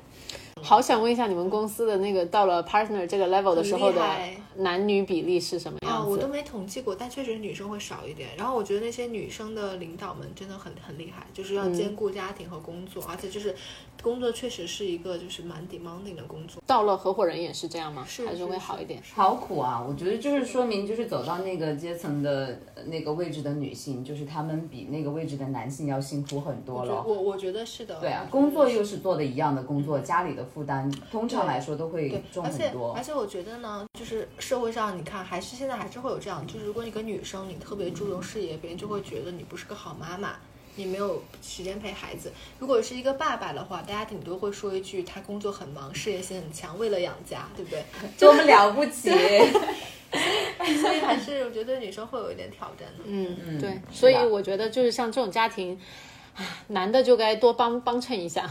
A: 好想问一下你们公司的那个到了 partner 这个 level 的时候的
C: 很厉害
A: 男女比例是什么
C: 啊、
A: 样
C: 我都
A: 子？
C: 没统计过，但确实女生会少一点。然后我觉得那些女生的领导们真的很很厉害，就是
A: 嗯
C: 要兼顾家庭和工作，而且就是工作确实是一个就是蛮 demanding 的工作。
A: 到了合伙人也是这样吗？
C: 是
A: 还
C: 是
A: 会
C: 是
A: 好一点？
B: 好苦啊！我觉得就是说明，就是走到那个阶层的呃那个位置的女性，就是她们比那个位置的男性要辛苦很多
C: 我
B: 了。
C: 我觉得是的。
B: 对啊，工作又是做的一样的工作，家里的负担通常来说都会重
C: 而且
B: 很多
C: 而。且我觉得呢，就是社会上你看，还是现在还是会有这样，就是如果你个女生，你特别注重事业，别人就会觉得你不是个好妈妈。你没有时间陪孩子。如果是一个爸爸的话，大家顶多会说一句他工作很忙，事业心很强，为了养家，对不 对？
B: 多么了不起！
C: 所以还是我觉得对女生会有一点挑战的。
A: 嗯，对，
B: 是
A: 所以
B: 吧
A: 我觉得就是像这种家庭，唉男的就该多帮帮衬一 下。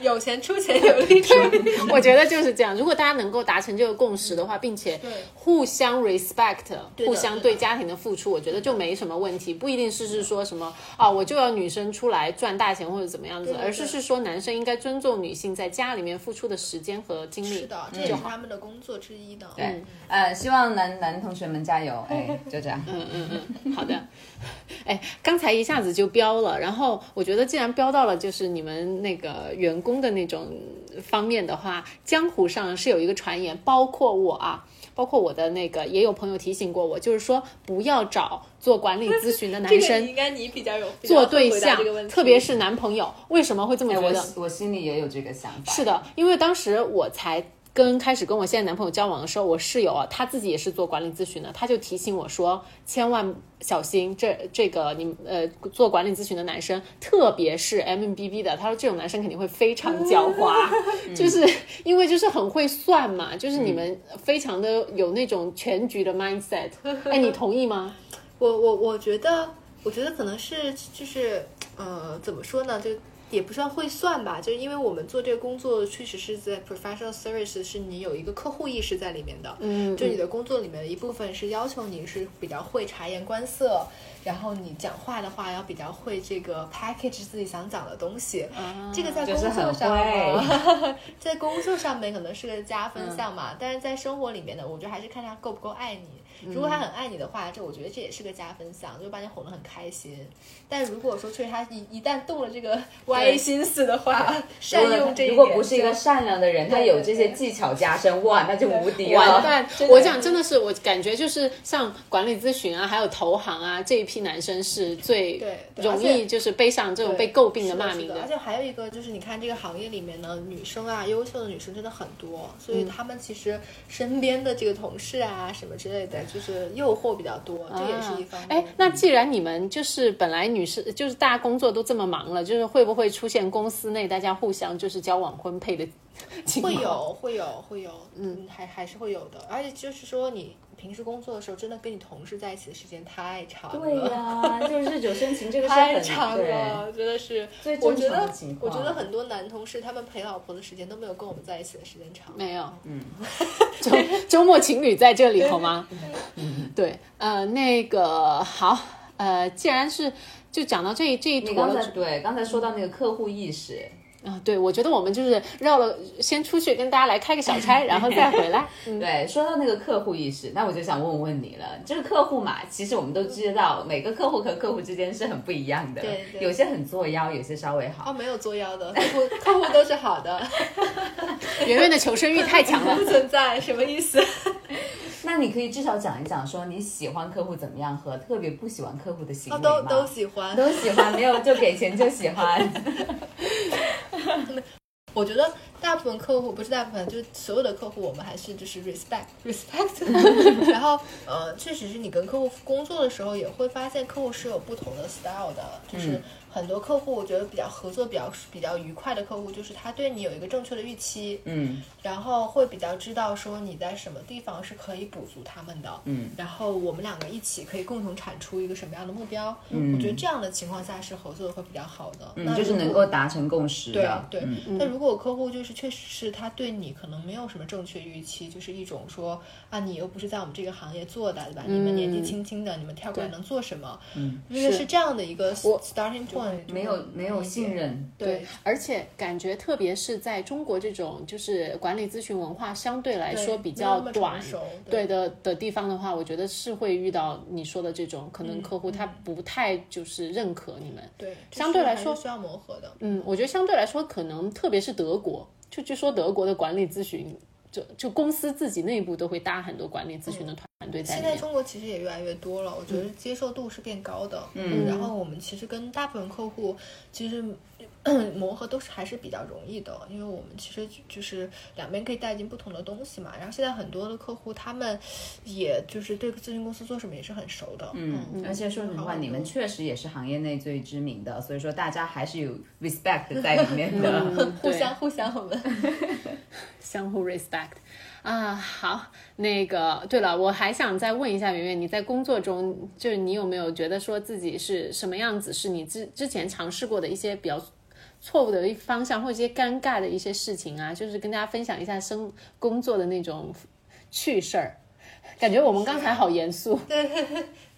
C: 有钱出钱，有力出力。
A: 我觉得就是这样。如果大家能够达成这个共识的话，并且
C: 对
A: 互相 respect，
C: 对的
A: 互相对家庭的付出，我觉得就没什么问题。不一定是是说什么啊，我就要女生出来赚大钱或者怎么样子，
C: 对对对
A: 而是是说男生应该尊重女性在家里面付出的时间和精力。
C: 是的，这也
A: 就是好。
C: 他们的工作之一呢。
B: 对， 呃，希望男男同学们加油！哎，就这样。
A: 好的， 哎，刚才一下子就飙了，然后我觉得既然飙到了就是你们那个员工的那种方面的话，江湖上是有一个传言，包括我啊，包括我的那个也有朋友提醒过我，就是说不要找做管理咨询的男
C: 这个
A: 生
C: 应该你比较有
A: 做对象，特别
C: 是
A: 是男朋友，为什么会这么
B: 哎，
A: 觉
B: 我
A: 得？
B: 我心里也有这个想法。
A: 是的，因为当时我才跟开始跟我现在男朋友交往的时候，我室友啊，他自己也是做管理咨询的，他就提醒我说，千万小心这这个你呃做管理咨询的男生，特别是 MBB 的，他说这种男生肯定会非常狡猾，就是因为就是很会算嘛，就是你们非常的有那种全局的 mindset。哎，你同意吗？
C: 我我我觉得我觉得可能是就是呃，怎么说呢，就也不算会算吧，就因为我们做这个工作确实是在 professional service，是你有一个客户意识在里面的。
A: 嗯
C: 就你的工作里面的一部分是要求你是比较会察言观色，然后你讲话的话要比较会这个 package 自己想讲的东西。这个在
B: 啊就
C: 工
B: 是
C: 作
B: 很
C: 上
B: 会
C: 呢，在工作上面可能是个加分项嘛，但是在生活里面呢，我觉得还是看他够不够爱你。如果他很爱你的话，这我觉得这也是个加分项，就把你哄得很开心。但如果说确实他一一旦动了这个歪心思的话，善
B: 如果
C: 用这一
B: 如
C: 点，
B: 果不是一个善良的人，他
C: 对
B: 有这些技巧加深，哇，那就无敌
A: 完
B: 了。
A: 蛋！我讲真的是，我感觉就是像管理咨询啊，还有投行啊这一批男生是最
C: 对对
A: 容
C: 而且
A: 易就是背上这种被诟病的骂名
C: 是的。而且还有一个就是，你看这个行业里面呢，女生啊，优秀的女生真的很多，所以她们其实身边的这个同事啊什么之类的，就是诱惑比较多，这也是一方面。
A: 哎，那既然你们就是本来女士，就是大家工作都这么忙了，就是会不会出现公司内大家互相就是交往婚配的情
C: 会
A: 况？
C: 有，会有，会有，嗯，还还是会有的。而且就是说，你平时工作的时候，真的跟你同事在一起的时间太长 了。
B: 对呀、就是日久生情，这个是
C: 太
B: 很
C: 长
B: 对。
C: 了，真的是
B: 最。
C: 我
B: 正
C: 觉
B: 常
C: 得
B: 的情，
C: 我
B: 况
C: 觉得很多男同事他们陪老婆的时间都没有跟我们在一起的时间长。
A: 没有，嗯， 周周末情侣在这里好吗？对，呃，那个好，呃，既然是就讲到这一这一
B: 你
A: 坨
B: 刚
A: 了
B: 才，对刚才说到那个客户意识，
A: 啊，对，我觉得我们就是绕了，先出去跟大家来开个小差，然后再回来。 嗯，
B: 对，说到那个客户意识，那我就想问问你了，就是客户嘛，其实我们都知道，每个客户和客户之间是很不一样的，
C: 嗯对对
B: 有些很作妖，有些稍微
C: 哦，
B: 好。
C: 没有作妖的，客户客户都是好的，
A: 圆圆的求生欲太强了
C: 不。存在，什么 意思？
B: 那你可以至少讲一讲，说你喜欢客户怎么样和特别不喜欢客户的行
C: 哦，
B: 为吗？
C: 都都喜欢。
B: 都喜欢，没有就给钱就喜欢。
C: 我觉得大部分客户不是大部分，就是所有的客户，我们还是就是 respect respect。然 后呃，确实是你跟客户工作的时候，也会发现客户是有不同的 style 的，就是
B: 嗯
C: 很多客户我觉得比较合作比较比较愉快的客户，就是他对你有一个正确的预期，
B: 嗯
C: 然后会比较知道说你在什么地方是可以补足他们的，
B: 嗯，
C: 然后我们两个一起可以共同产出一个什么样的目标，
B: 嗯
C: 我觉得这样的情况下是合作的会比较好的，那
B: 嗯，就是
C: 如
B: 能
C: 果
B: 够达成共识
C: 对
B: 的。
C: 对
B: 嗯，
C: 那、如果客户就是确实是他对你可能没有什么正确预期，就是一种说啊，你又不是在我们这个行业做的，对吧？你们年纪轻轻的，你们跳过来
A: 对
C: 能做什么？
B: 嗯，
C: 如果
A: 是
C: 是这样的一个 starting point，
B: 没有没有信。任。
C: 对，
A: 而且感觉特别是在中国这种就是管理咨询文化相对来
C: 对
A: 说比较短
C: 没有那么成，熟
A: 对
C: 对
A: 的的地方的话，我觉得是会遇到你说的这种，可能客户他不太就是认可你们。
C: 嗯对，这
A: 相对
C: 是
A: 来
C: 还是
A: 说
C: 需要磨合的。
A: 嗯，我觉得相对来说，可能特别是德国，就据说德国的管理咨询，就就公司自己内部都会搭很多管理咨询的团队在里
C: 现
A: 面。
C: 在中国其实也越来越多了，我觉得接受度是变高的。嗯然后我们其实跟大部分客户其实 咳磨合都是还是比较容易的，因为我们其实就就是两边可以带进不同的东西嘛。然后现在很多的客户他们也就是对咨询公司做什么也是很熟的。
B: 嗯，而且说实话，
C: 好
B: 你们
C: 多
B: 确实也是行业内最知名的，所以说大家还是有 respect 在里面 的。
C: 互
A: 对
C: 相互相我们。
A: 相互 respect 啊。好，那个对了，我还想再问一下圆圆，你在工作中，就是你有没有觉得说自己是什么样子，是你之之前尝试过的一些比较错误的一方向，或者一些尴尬的一些事情啊？就是跟大家分享一下生工作的那种趣事儿。感觉我们刚才好严肃，
B: 啊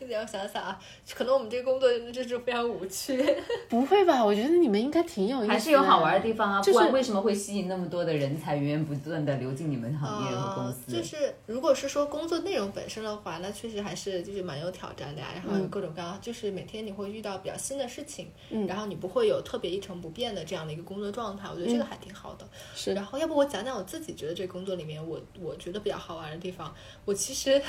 C: 你要想想啊，可能我们这个工作真的就是非常无趣。
A: 不会吧？我觉得你们应该挺有意思的，
B: 还是有好玩的地方啊，
A: 就是
B: 不然为什么会吸引那么多的人才源源不断的流进你们行业和公司？
C: 呃。就是如果是说工作内容本身的话，那确实还是就是蛮有挑战的呀、然后有各种各样，就是每天你会遇到比较新的事情，
B: 嗯
C: 然后你不会有特别一成不变的这样的一个工作状态，我觉得这个还挺好的。
A: 是
C: 然后要不我讲讲我自己觉得这工作里面我我觉得比较好玩的地方。我其实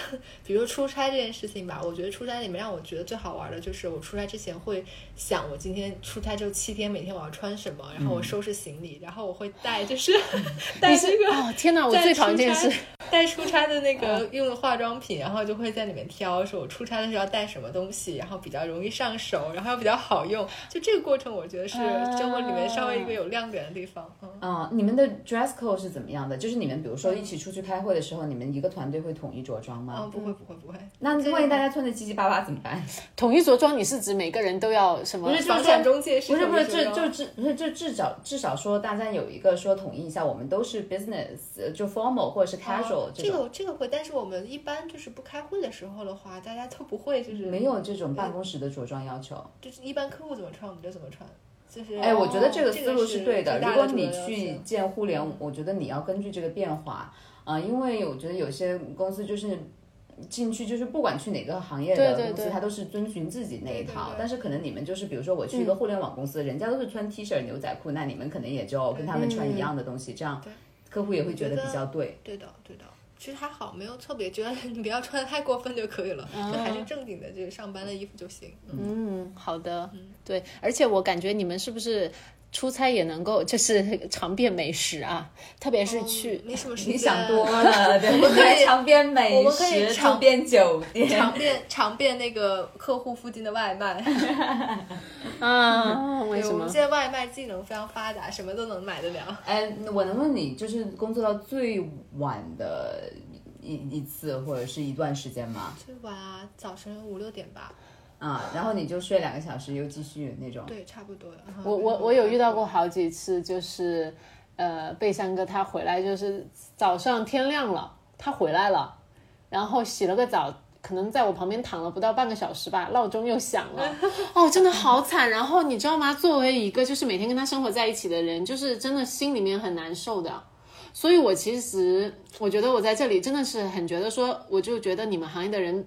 C: 比如说出差这件事情吧，我觉得出差里面让我觉得最好玩的就是我出差之前会想我今天出差这七天每天我要穿什么，然后我收拾行李，然后我会 带就是带
A: 你
C: 这
A: 是
C: 个。
A: 哦，天
B: 啊
A: 哪，我最讨厌这件 事。
C: 带出差的那
B: 嗯
C: 个用的化妆品，然后就会在里面挑，说我出差的时候要带什么东西，然后比较容易上手，然后又比较好用。就这个过程，我觉得是
A: 啊
C: 周末里面稍微一个有亮点的地方。嗯，
B: 啊、你们的 dress code 是怎么样的？就是你们比如啊说一起出去开会的时候，你们一个团队会统一着装吗？
C: 哦，不会不会不会，
B: 那
C: 这
B: 万一大家穿的奇奇七八八怎么 办？
A: 统一着装，你是指每个人都要什么？
B: 不是就是
C: 房产中介是
B: 不是不是，
C: 这
B: 就就至不是就至少至少说大家有一个说统一一下，我们都是 business 呃就 formal 或者是 casual、
C: 哦这
B: 种。
C: 个这个会，但是我们一般就是不开会的时候的话，大家都不会就是
B: 嗯没有这
C: 嗯
B: 种办公室的着装要求。
C: 就是一般客户怎么穿我们就怎么穿，就是
B: 哎，我觉得这
C: 哦个
B: 个思路
C: 是
B: 对的。
C: 最
B: 如
C: 大
B: 果
C: 主
B: 你
C: 流要
B: 去
C: 求
B: 见互
C: 嗯
B: 联，我觉得你要根据这个变化啊、因为我觉得有些公司就是。进去就是不管去哪个行业
A: 对
B: 的
A: 对
B: 公司，
A: 对
B: 它都是遵循自己那一套
C: 对对。对嗯
B: 但是可能你们就是，比如说我去一个互联网公司，人家都是穿 T 恤、牛仔裤，那你们可能也就跟他们穿一样的东西，这样
C: 嗯
B: 客户也会觉得
C: 我觉得
B: 比较对。
C: 对的对的。其实还好，没有特别觉得 你不要穿的太过分就可以了，就还是正经的，就是上班的衣服就行。
A: 嗯，好的，对，而且我感觉你们是不是出差也能够就是 尝遍美食啊？特别是去
C: 嗯，没 什么时间。
B: 你想 多了，对，我
C: 可以
B: 尝遍美
C: 我们可以
B: 食，
C: 尝
B: 尝遍酒店，
C: 尝遍尝遍那个客户附近的外卖，
A: 啊， 为
C: 对，
A: 什
C: 我们
A: 么？
C: 现在外卖技能非常发达，什么都能买得 了。
B: 哎，我能问你，就是工作到最晚的一一次或者是一段时间吗？
C: 最晚啊，早晨五六点吧，
B: 啊，然后你就睡两个小时又继续那种。
C: 对，差不多了。
A: 我我我有遇到过好几次，就是呃，贝山哥他回来就是早上天亮了，他回来了，然后洗了个澡。可能在我旁边躺了不到半个小时吧，闹钟又响了，哦，真的好惨。然后你知道吗？作为一个就是每天跟他生活在一起的人，就是真的心里面很难受的。所以我其实我觉得我在这里真的是很觉得说，我就觉得你们行业的人，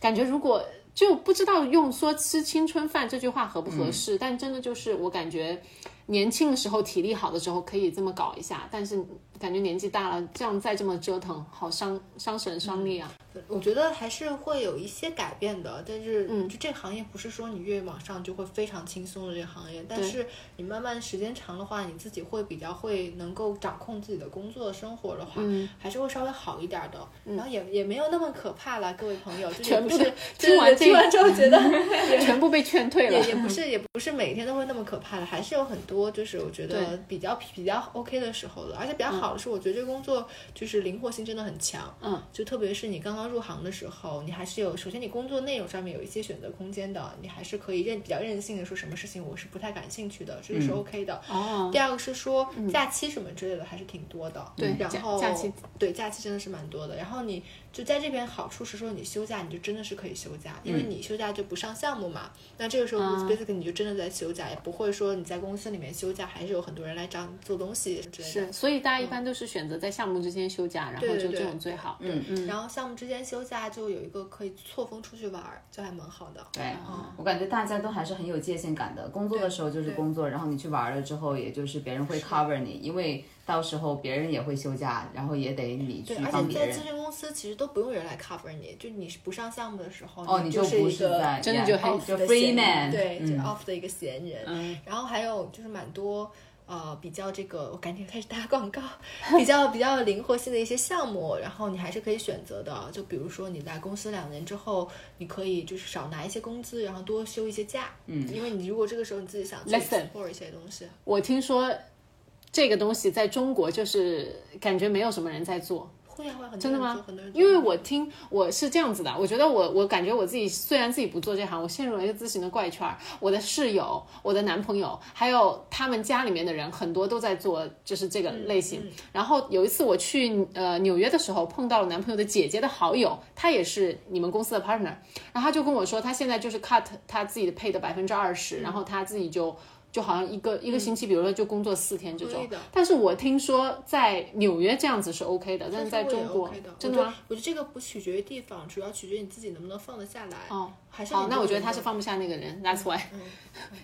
A: 感觉如果就不知道用说吃青春饭这句话合不合适，但真的就是我感觉年轻的时候体力好的时候可以这么搞一下，但是感觉年纪大了这样再这么折腾，好伤伤神伤力啊。
C: 我觉得还是会有一些改变的，但是
A: 嗯
C: 就这个行业不是说你越往上就会非常轻松的这个行业，但是你慢慢时间长的话，你自己会比较会能够掌控自己的工作生活的话，
A: 嗯
C: 还是会稍微好一点的，然后也也没有那么可怕了，各位朋友，就是也
A: 全
C: 不
A: 部
C: 是
A: 的
C: 就是
A: 听完这嗯
C: 听完之后觉得嗯
A: 全部被劝退
C: 也也
A: 了。
C: 不是也不是每天都会那么可怕的，还是有很多就是我觉得
A: 对
C: 比较比较 OK 的时候的，而且比较好的是，我觉得这个工作就是灵活性真的很强，
A: 嗯，
C: 就特别是你刚刚入行的时候，你还是有首先你工作内容上面有一些选择空间的，你还是可以任比较任性的说什么事情我是不太感兴趣的，这个是 OK 的。
A: 哦，嗯
C: 第二个是说假期什么之类的还是挺多的，
A: 对
C: 然
A: 假
C: 后
A: 假期
C: 对假期真的是蛮多的。然后你就在这边好处是说你休假你就真的是可以休假，因为
A: 嗯
C: 你休假就不上项目嘛，那这个时候
A: 啊
C: basically 你就真的在休假，也不会说你在公司里面休假，还是有很多人来找你做东西之类的。
A: 是，所以大家一般都是选择在项目之间休假，然后
C: 对对
A: 就这
C: 对
A: 种最好。
B: 嗯嗯，
C: 然后项目之间休假就有一个可以错峰出去玩儿，就还蛮好的。
B: 对，我感觉大家都还是很有界限感的。工作的时候就是工作，然后你去玩了之后，也就是别人会 cover 你，因为到时候别人也会休假，然后也得你去
C: 对，而
B: 帮
C: 且
B: 别
C: 在
B: 人
C: 咨。询公司其实都不用人来 cover 你，就你是不上项目的时候，
B: 哦，你
C: 就
B: 不
C: 一
B: 是
C: 个
B: 在
A: 真的就
B: yeah，哦
A: 很
B: 就
C: 的
B: free
C: 闲人
B: man，
C: 对，就
B: 嗯
C: off 的一个闲人。
A: 嗯
C: 然后还有就是蛮多。呃，比较这个，我赶紧开始打广告， 比较比较灵活性的一些项目，然后你还是可以选择的。就比如说你在公司两年之后，你可以就是少拿一些工资，然后多休一些假。嗯，因为你如果这个时候你自己想去
A: Lesson
C: explore 一些东西，
A: 我听说这个东西在中国就是感觉没有什么人在做，
C: 会啊会啊，很多
A: 真的
C: 人做
A: 吗
C: 很多人？做
A: 因为我听我是这样子的，我觉得我我感觉我自己虽然自己不做这行，我陷入了一个咨询的怪圈儿。我的室友、我的男朋友，还有他们家里面的人，很多都在做就是这
C: 嗯
A: 个类型。然后有一次我去呃纽约的时候，碰到了男朋友的姐姐的好友，她也是你们公司的 partner，然后她就跟我说，她现在就是 cut 她自己的 pay 的百分之二
C: 嗯
A: 十，然后她自己就。就好像一个一个星期，比如说就工作四天这
C: 可
A: 种
C: 以嗯的，
A: 但是我听说在纽约这样子是 OK 的，但是在中国
C: OK 的，
A: 真的吗？
C: 我觉得？我觉得这个不取决于地方，主要取决于你自己能不能放得下来。
A: 哦，
C: 还是
A: 好，那我觉得他是放不下那个人，That's why，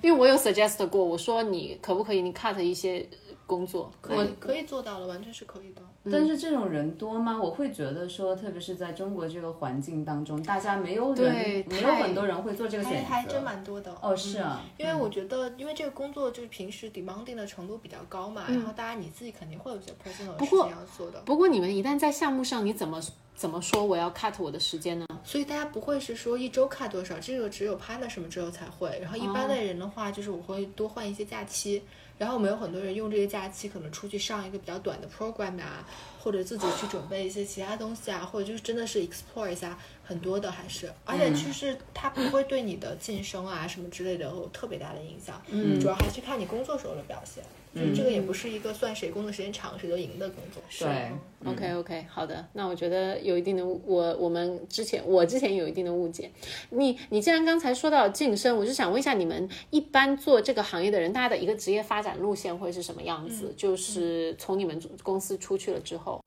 A: 因
C: 嗯
A: 为我有 suggest 过，我说你可不可以你 cut 一些工作，
C: 可以可以做到的，完全是可以的。
A: 嗯
B: 但是这种人多吗？我会觉得说，特别是在中国这个环境当中，大家没有
A: 对
B: 人，没有
A: 太
B: 很多人会做这个
C: 还
B: 选择。
C: 还真蛮多的。
B: 哦，是啊，
A: 嗯
C: 因为我觉得，因为这个工作就是平时 demanding 的程度比较高嘛，
B: 嗯
C: 然后大家你自己肯定会有些 personal 的事
A: 过
C: 情要做的，
A: 不过你们一旦在项目上，你怎么怎么说我要 cut 我的时间呢？
C: 所以大家不会是说一周看多少，这个只有 partner 什么之后才会。然后一般的人的话，就是我会多换一些假期，然后我们有很多人用这个假期可能出去上一个比较短的 program 啊，或者自己去准备一些其他东西啊，或者就是真的是 explore 一下。很多的还是，而且就是它不会对你的晋升啊什么之类的有特别大的影响，嗯，主要还是看你工作时候的表现，嗯，这个也不是一个算谁工作时间长谁都赢的工作，
B: 对，
A: OK OK，好的，那我觉得有一定的误我我们之前我之前有一定的误解。你你既然刚才说到晋升，我就想问一下你们一般做这个行业的人，大家的一个职业发展路线会是什么样
C: 嗯
A: 子？就是从你们公司出去了之后，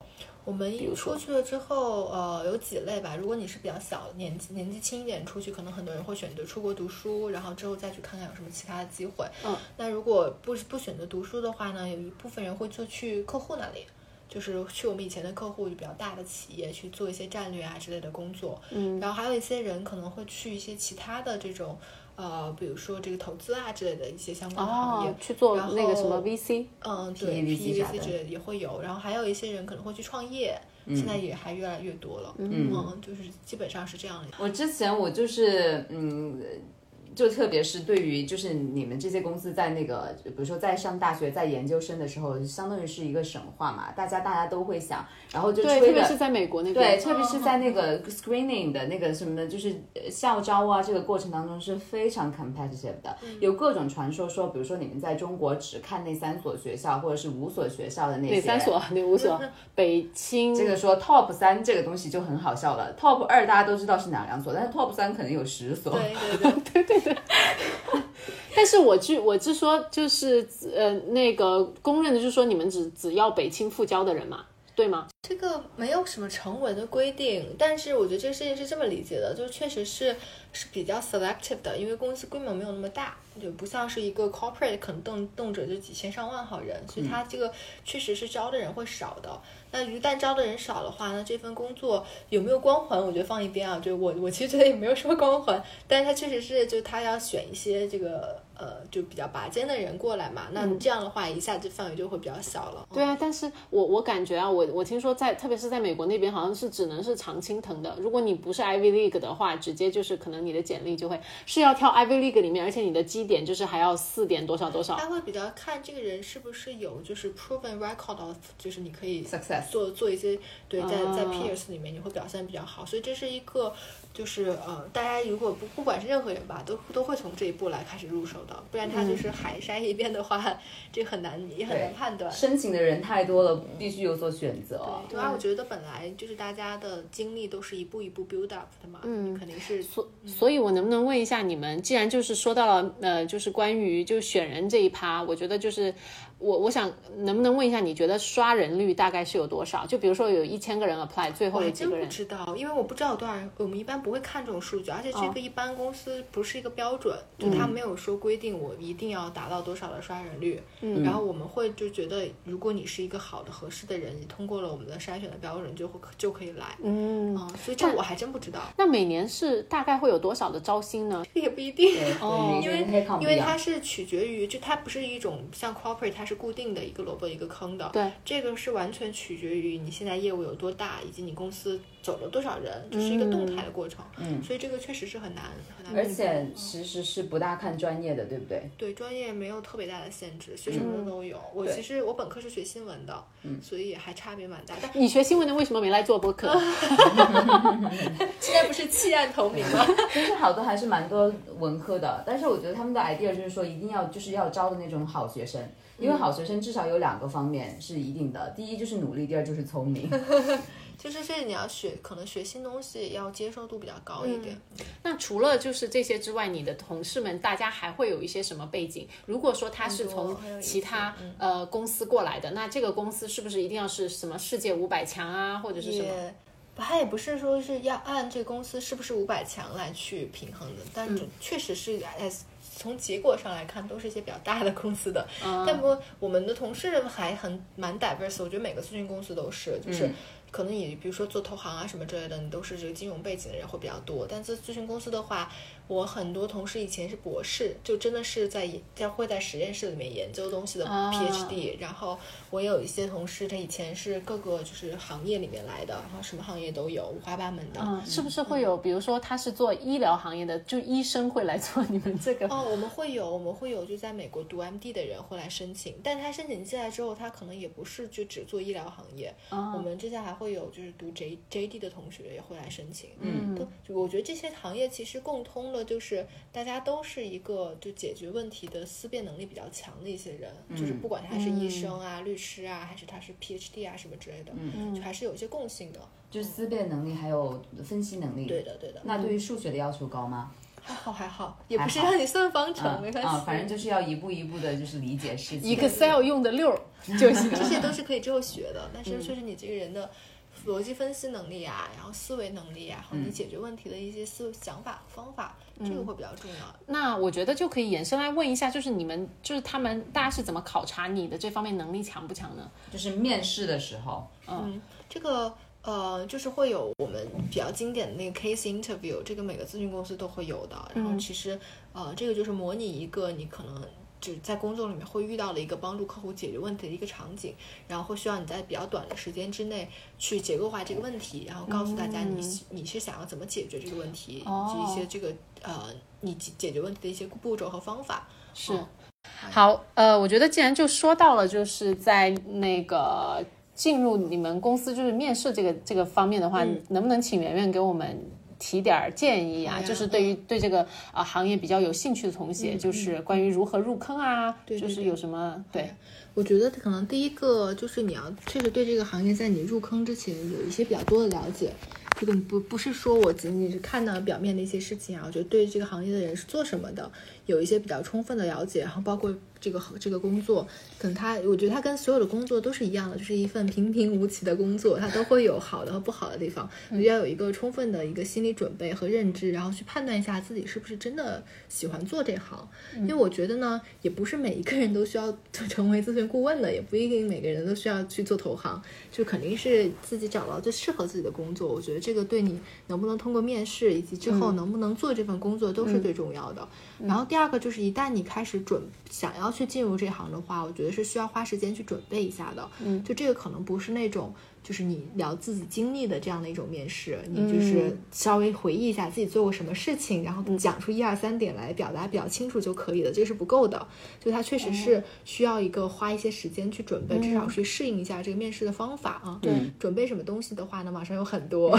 C: 我们一出去了之后，呃，有几类吧。如果你是比较小，年纪年纪轻一点出去，可能很多人会选择出国读书，然后之后再去看看有什么其他的机会。
A: 嗯，
C: 那如果不不选择读书的话呢，有一部分人会就去客户那里。就是去我们以前的客户，就比较大的企业去做一些战略啊之类的工作，嗯，然后还有一些人可能会去一些其他的这种，呃，比如说这个投资啊之类的一些相关的行业，
A: 哦，去做
C: 然后
A: 那个什么 VC，
C: 嗯，对
B: PEVC 啥
C: PEVC
B: 的嗯
C: 之类的也会有，然后还有一些人可能会去创业，现在也还越来越多了，嗯就是基本上是这样的。
B: 我之前我就是嗯，就特别是对于就是你们这些公司在那个，比如说在上大学、在研究生的时候，相当于是一个神话嘛，大家大家都会想，然后就
A: 对，
B: 吹
A: 特别
B: 着
A: 是在美国那
B: 对，
A: 边，
B: 特别是在那个 screening 的那个什么的，就是呃校招啊这个过程当中是非常 competitive 的，有各种传说说，比如说你们在中国只看那三所学校或者是五所学校的那些
A: 哪三所？哪五所？北清
B: 这个说 top 三这个东西就很好笑了，top 二大家都知道是哪两所，但是 top 三可能有十所。
C: 对对对，
A: 但是我据我是说，就是呃，那个公认的，就是说你们只只要北清复交的人嘛，对吗？
C: 这个没有什么成文的规定，但是我觉得这个事情是这么理解的，就确实是是比较 selective 的，因为公司规模没有那么大，就不像是一个 corporate 可能动动辄就几千上万号人，所以它这个确实是招的人会少的。那一旦招的人少的话，那这份工作有没有光环，我觉得放一边啊，就我我其实觉得也没有什么光环，但是他确实是就他要选一些这个呃就比较拔尖的人过来嘛，那这样的话一下子范围就会比较小了。
A: 对啊，但是我我感觉啊，我我听说在特别是在美国那边，好像是只能是常青藤的。如果你不是 Ivy League 的话，直接就是可能你的简历就会是要跳 Ivy League 里面，而且你的基点就是还要四点多少多少
C: 他。会比较看这个人是不是有就是 proven record of，就是你可 以
B: Success
C: 做做一些对，在在
A: 啊
C: peers 里面你会表现比较好，所以这是一个就是呃，大家如果不不管是任何人吧，都都会从这一步来开始入手的，不然他就是海筛一遍的话，这很难也很难
B: 对
C: 判断。
B: 申请的人太多了，必须有所选择。
C: 对，啊主要我觉得本来就是大家的经历都是一步一步 build up 的嘛，嗯，肯定是
A: 所所以，我能不能问一下你们，既然就是说到了，呃，就是关于就选人这一趴，我觉得就是我我想能不能问一下，你觉得刷人率大概是有多少？就比如说有一千个人 apply，最
C: 我
A: 后有
C: 还
A: 几
C: 真
A: 个
C: 不
A: 人？
C: 知道，因为我不知道有多少人，我们一般不会看这种数据，而且这个一般公司不是一个标准，就它没有说规定我一定要达到多少的刷人率。嗯，然后我们会就觉得，如果你是一个好的、合适的人，你通过了我们的筛选的标准，就会就可以来。
A: 嗯，
C: 嗯，所以这我还真不知道，
A: 那每年是大概会有多少的招新呢？
C: 这个也不一定。
B: 对，
A: 哦
B: 因为跟 headcount 不一
C: 因为
B: 样
C: 它是取决于，就它不是一种像 corporate，它是固定的一个萝卜一个坑的。
A: 对，
C: 这个是完全取决于你现在业务有多大，以及你公司走了多少人，就是一个动态的过程。
B: 嗯
C: 所以这个确实是很难很难。
B: 而且其实是不大看专业的，对不对？
C: 对专业没有特别大的限制，学什么的都有。我
B: 嗯对嗯
C: 其实我本科是学新闻的，所以也还差别蛮大。但
A: 你学新闻的为什么没来做播客？
C: 啊现在不是弃暗投明吗？
B: 其实好多还是蛮多文科的，但是我觉得他们的 idea 就是说一定要就是要招的那种好学生，因为好学生至少有两个方面是一定的，第一就是努力，第二就是聪 明。
C: 就是这你要学，可能学新东西要接受度比较高一
B: 嗯
C: 点。
A: 那除了就是这些之外，你的同事们大家还会有一些什么背景？如果说他是从
C: 很多
A: 其他
C: 嗯
A: 呃公司过来的，那这个公司是不是一定要是什么世界五百强啊，或者是什么？
C: 也，他也不是说是要按这个公司是不是五百强来去平衡的，
A: 嗯
C: 但就确实是哎。从结果上来看，都是一些比较大的公司的，但不过我们的同事还很蛮 diverse，我觉得每个咨询公司都是，就是可能你比如说做投行啊什么之类的，你都是这个金融背景的人会比较多。但是咨询公司的话，我很多同事以前是博士，就真的是在研在会在实验室里面研究东西的
A: 啊
C: PhD，、然后我有一些同事，他以前是各个就是行业里面来的，然后什么行业都有，五花八门的。
A: 嗯，是不是会有？比如说他是做医疗行业的，就医生会来做你们这个？
C: 哦，我们会有，我们会有，就在美国读 MD 的人会来申请，但他申请进来之后，他可能也不是就只做医疗行业，我们之前还会有就是读 J JD 的同学也会来申请，
B: 嗯
C: 都就我觉得这些行业其实共通了，就是大家都是一个就解决问题的思辨能力比较强的一些人，
B: 嗯
C: 就是不管他是医生啊、律师啊，还是他是 PhD 啊什么之类的，
B: 嗯
C: 就还是有一些共性的。
B: 就是思辨能力还有分析能力。
C: 对的，对的，
B: 那对于数学的要求高吗？
C: 还好还好，也不是
B: 还好
C: 让你算方程，
B: 啊
C: 没关
B: 啊
C: 系，
B: 反正就是要一步一步的，就是理解事情。
A: Excel 用的溜儿 就行
C: 这
A: 了。
C: 些都是可以之后学的，但是确实你这个人的逻辑分析能力啊，然后思维能力啊，和你解决问题的一些思想法方法，这个会比较重要。
A: 那我觉得就可以延伸来问一下，就是你们就是他们大家是怎么考察你的这方面能力强不强呢？
B: 就是面试的时候，
C: 这个呃，就是会有我们比较经典的那个 case interview，这个每个咨询公司都会有的。然后其实呃，这个就是模拟一个你可能。就是在工作里面会遇到的一个帮助客户解决问题的一个场景，然后会需要你在比较短的时间之内去结构化这个问题，然后告诉大家你、你是想要怎么解决这个问题，以及一些这个呃你解解决问题的一些步骤和方法。
A: 是，好，呃，我觉得既然就说到了，就是在那个进入你们公司就是面试这个这个方面的话，能不能请圆圆给我们提点儿建议啊？
C: 好呀嗯
A: 就是对于对这个呃行业比较有兴趣的同学，就是关于如何入坑啊，
C: 对
A: 就是
C: 对
A: 有什么对，
C: 我觉得可能第一个就是你要确实对这个行业在你入坑之前有一些比较多的了解，这个不不是说我仅仅是看到表面的一些事情啊，我觉得对这个行业的人是做什么的有一些比较充分的了解，然后包括这个这个工作，可能他我觉得他跟所有的工作都是一样的，就是一份平平无奇的工作，它都会有好的和不好的地方，我觉得要有一个充分的一个心理准备和认知，然后去判断一下自己是不是真的喜欢做这行，因为我觉得呢，也不是每一个人都需要成为咨询顾问的，也不一定每个人都需要去做投行，就肯定是自己找到最适合自己的工作。我觉得这个对你能不能通过面试，以及之后能不能做这份工作，都是最重要的。然后第二个就是，一旦你开始准想要去进入这行的话，我觉得是需要花时间去准备一下的。嗯，就这个可能不是那种。就是你聊自己经历的这样的一种面试，你就是稍微回忆一下自己做过什么事情，然后讲出一二三点来表达比较清楚就可以了，这是不够的。就它确实是需要一个花一些时间去准备，至少去适应一下这个面试的方法啊。嗯对，准备什么东西的话呢，网上有很 多，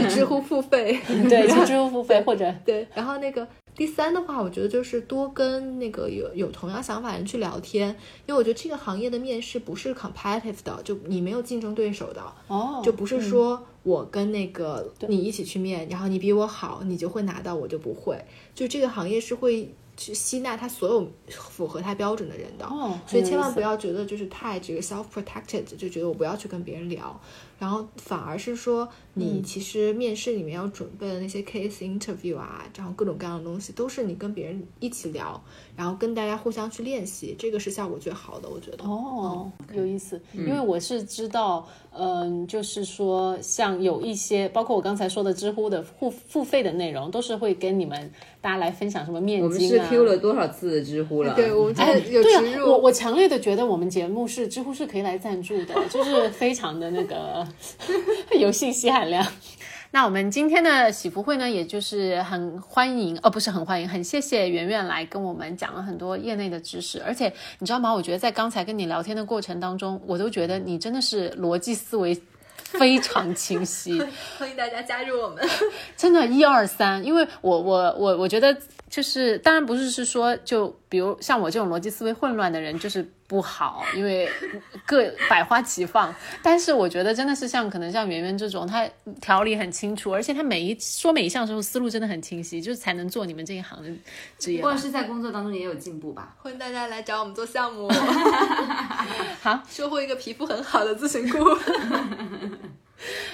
C: 去知乎付费。
A: 对， 去支付付费或者
C: 对，然后那个第三的话，我觉得就是多跟那个有有同样想法的人去聊天，因为我觉得这个行业的面试不是 competitive 的，就你没有竞争对手的。
A: 哦，
C: 就不是说我跟那个你一起去面，然后你比我好，你就会拿到，我就不会。就这个行业是会去吸纳他所有符合他标准的人的，
A: 哦很
C: 所以
A: 有
C: 千
A: 意
C: 万
A: 思
C: 不要觉得就是太这个 self protected，就觉得我不要去跟别人聊，然后反而是说
A: 嗯
C: 你其实面试里面要准备的那些 case interview 啊，然后各种各样的东西，都是你跟别人一起聊，然后跟大家互相去练习，这个是效果最好的，我觉得。
A: 哦，有意思，因为我是知道，嗯、就是说，像有一些，包括我刚才说的知乎的付付费的内容，都是会跟你们大家来分享什么面
B: 我们是
A: 经啊。
B: Q 了多少次的知乎了？
C: 对，我们这
A: 哎
C: 个有
A: 对
C: 植
A: 啊，
C: 入，
A: 我我强烈的觉得我们节目是知乎是可以来赞助的，就是非常的那 个有信息含量。那我们今天的喜福会呢，也就是很欢迎，哦，不是很欢迎，很谢谢圆圆来跟我们讲了很多业内的知识。而且你知道吗？我觉得在刚才跟你聊天的过程当中，我都觉得你真的是逻辑思维非常清晰。
C: 欢迎大家加入我们。
A: 真的，一二三，因为我我我我觉得就是，当然不是是说就比如像我这种逻辑思维混乱的人就是不好，因为各百花齐放。但是我觉得真的是像可能像圆圆这种，他条理很清楚，而且他每一说每一项的时候思路真的很清晰，就是才能做你们这一行的职业
B: 不
A: 吧。
B: 过是在工作当中也有进步吧。
C: 欢迎大家来找我们做项目，
A: 好，
C: 收获一个皮肤很好的咨询顾问。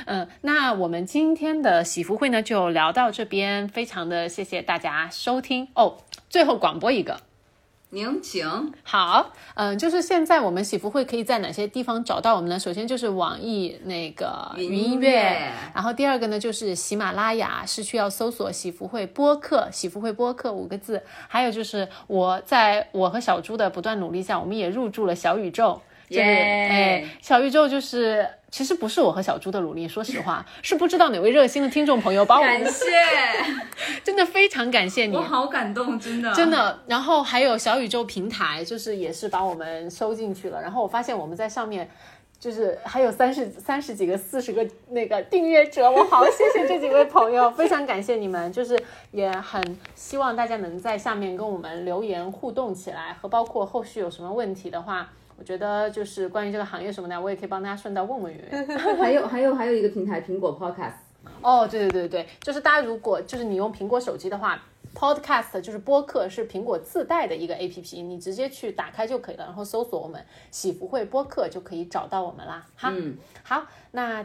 A: 嗯，那我们今天的喜福会呢就聊到这边，非常的谢谢大家收听哦。最后广播一个。
C: 嗯
B: 您请。
A: 好，嗯、就是现在我们喜福会可以在哪些地方找到我们呢？首先就是网易那个
B: 云
A: 云音
B: 音
A: 乐
B: 乐，
A: 然后第二个呢就是喜马拉雅，是需要搜索喜福会播客，喜福会播客五个字。还有就是我在我和小猪的不断努力下，我们也入驻了小宇宙。就是
B: 耶
A: 哎，小宇宙就是，其实不是我和小猪的努力，说实话，是不知道哪位热心的听众朋友把我
B: 感
A: 们，
B: 谢，
A: 真的非常感谢你，
B: 我好感动，真的，
A: 真。的。然后还有小宇宙平台，就是也是把我们收进去了。然后我发现我们在上面就是还有三十三十几个、四十个那个订阅者，我好谢谢这几位朋友，非常感谢你们，就是也很希望大家能在下面跟我们留言互动起来，和包括后续有什么问题的话，我觉得就是关于这个行业什么的，我也可以帮大家顺道问问圆圆。
B: 还有还有还有一个平台苹果 Podcast，
A: 哦，对对对对，就是大家如果就是你用苹果手机的话，Podcast 就是播客是苹果自带的一个 APP，你直接去打开就可以了，然后搜索我们喜福会播客就可以找到我们啦。哈，
B: 嗯，
A: 好，那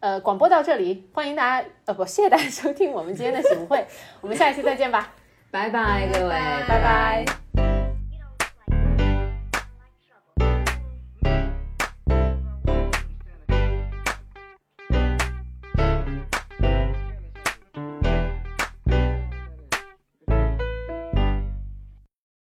A: 呃广播到这里，欢迎大家呃不，谢谢大家收听我们今天的喜福会，我们下一期再见吧，
B: 拜拜各位，
C: 拜
A: 拜拜。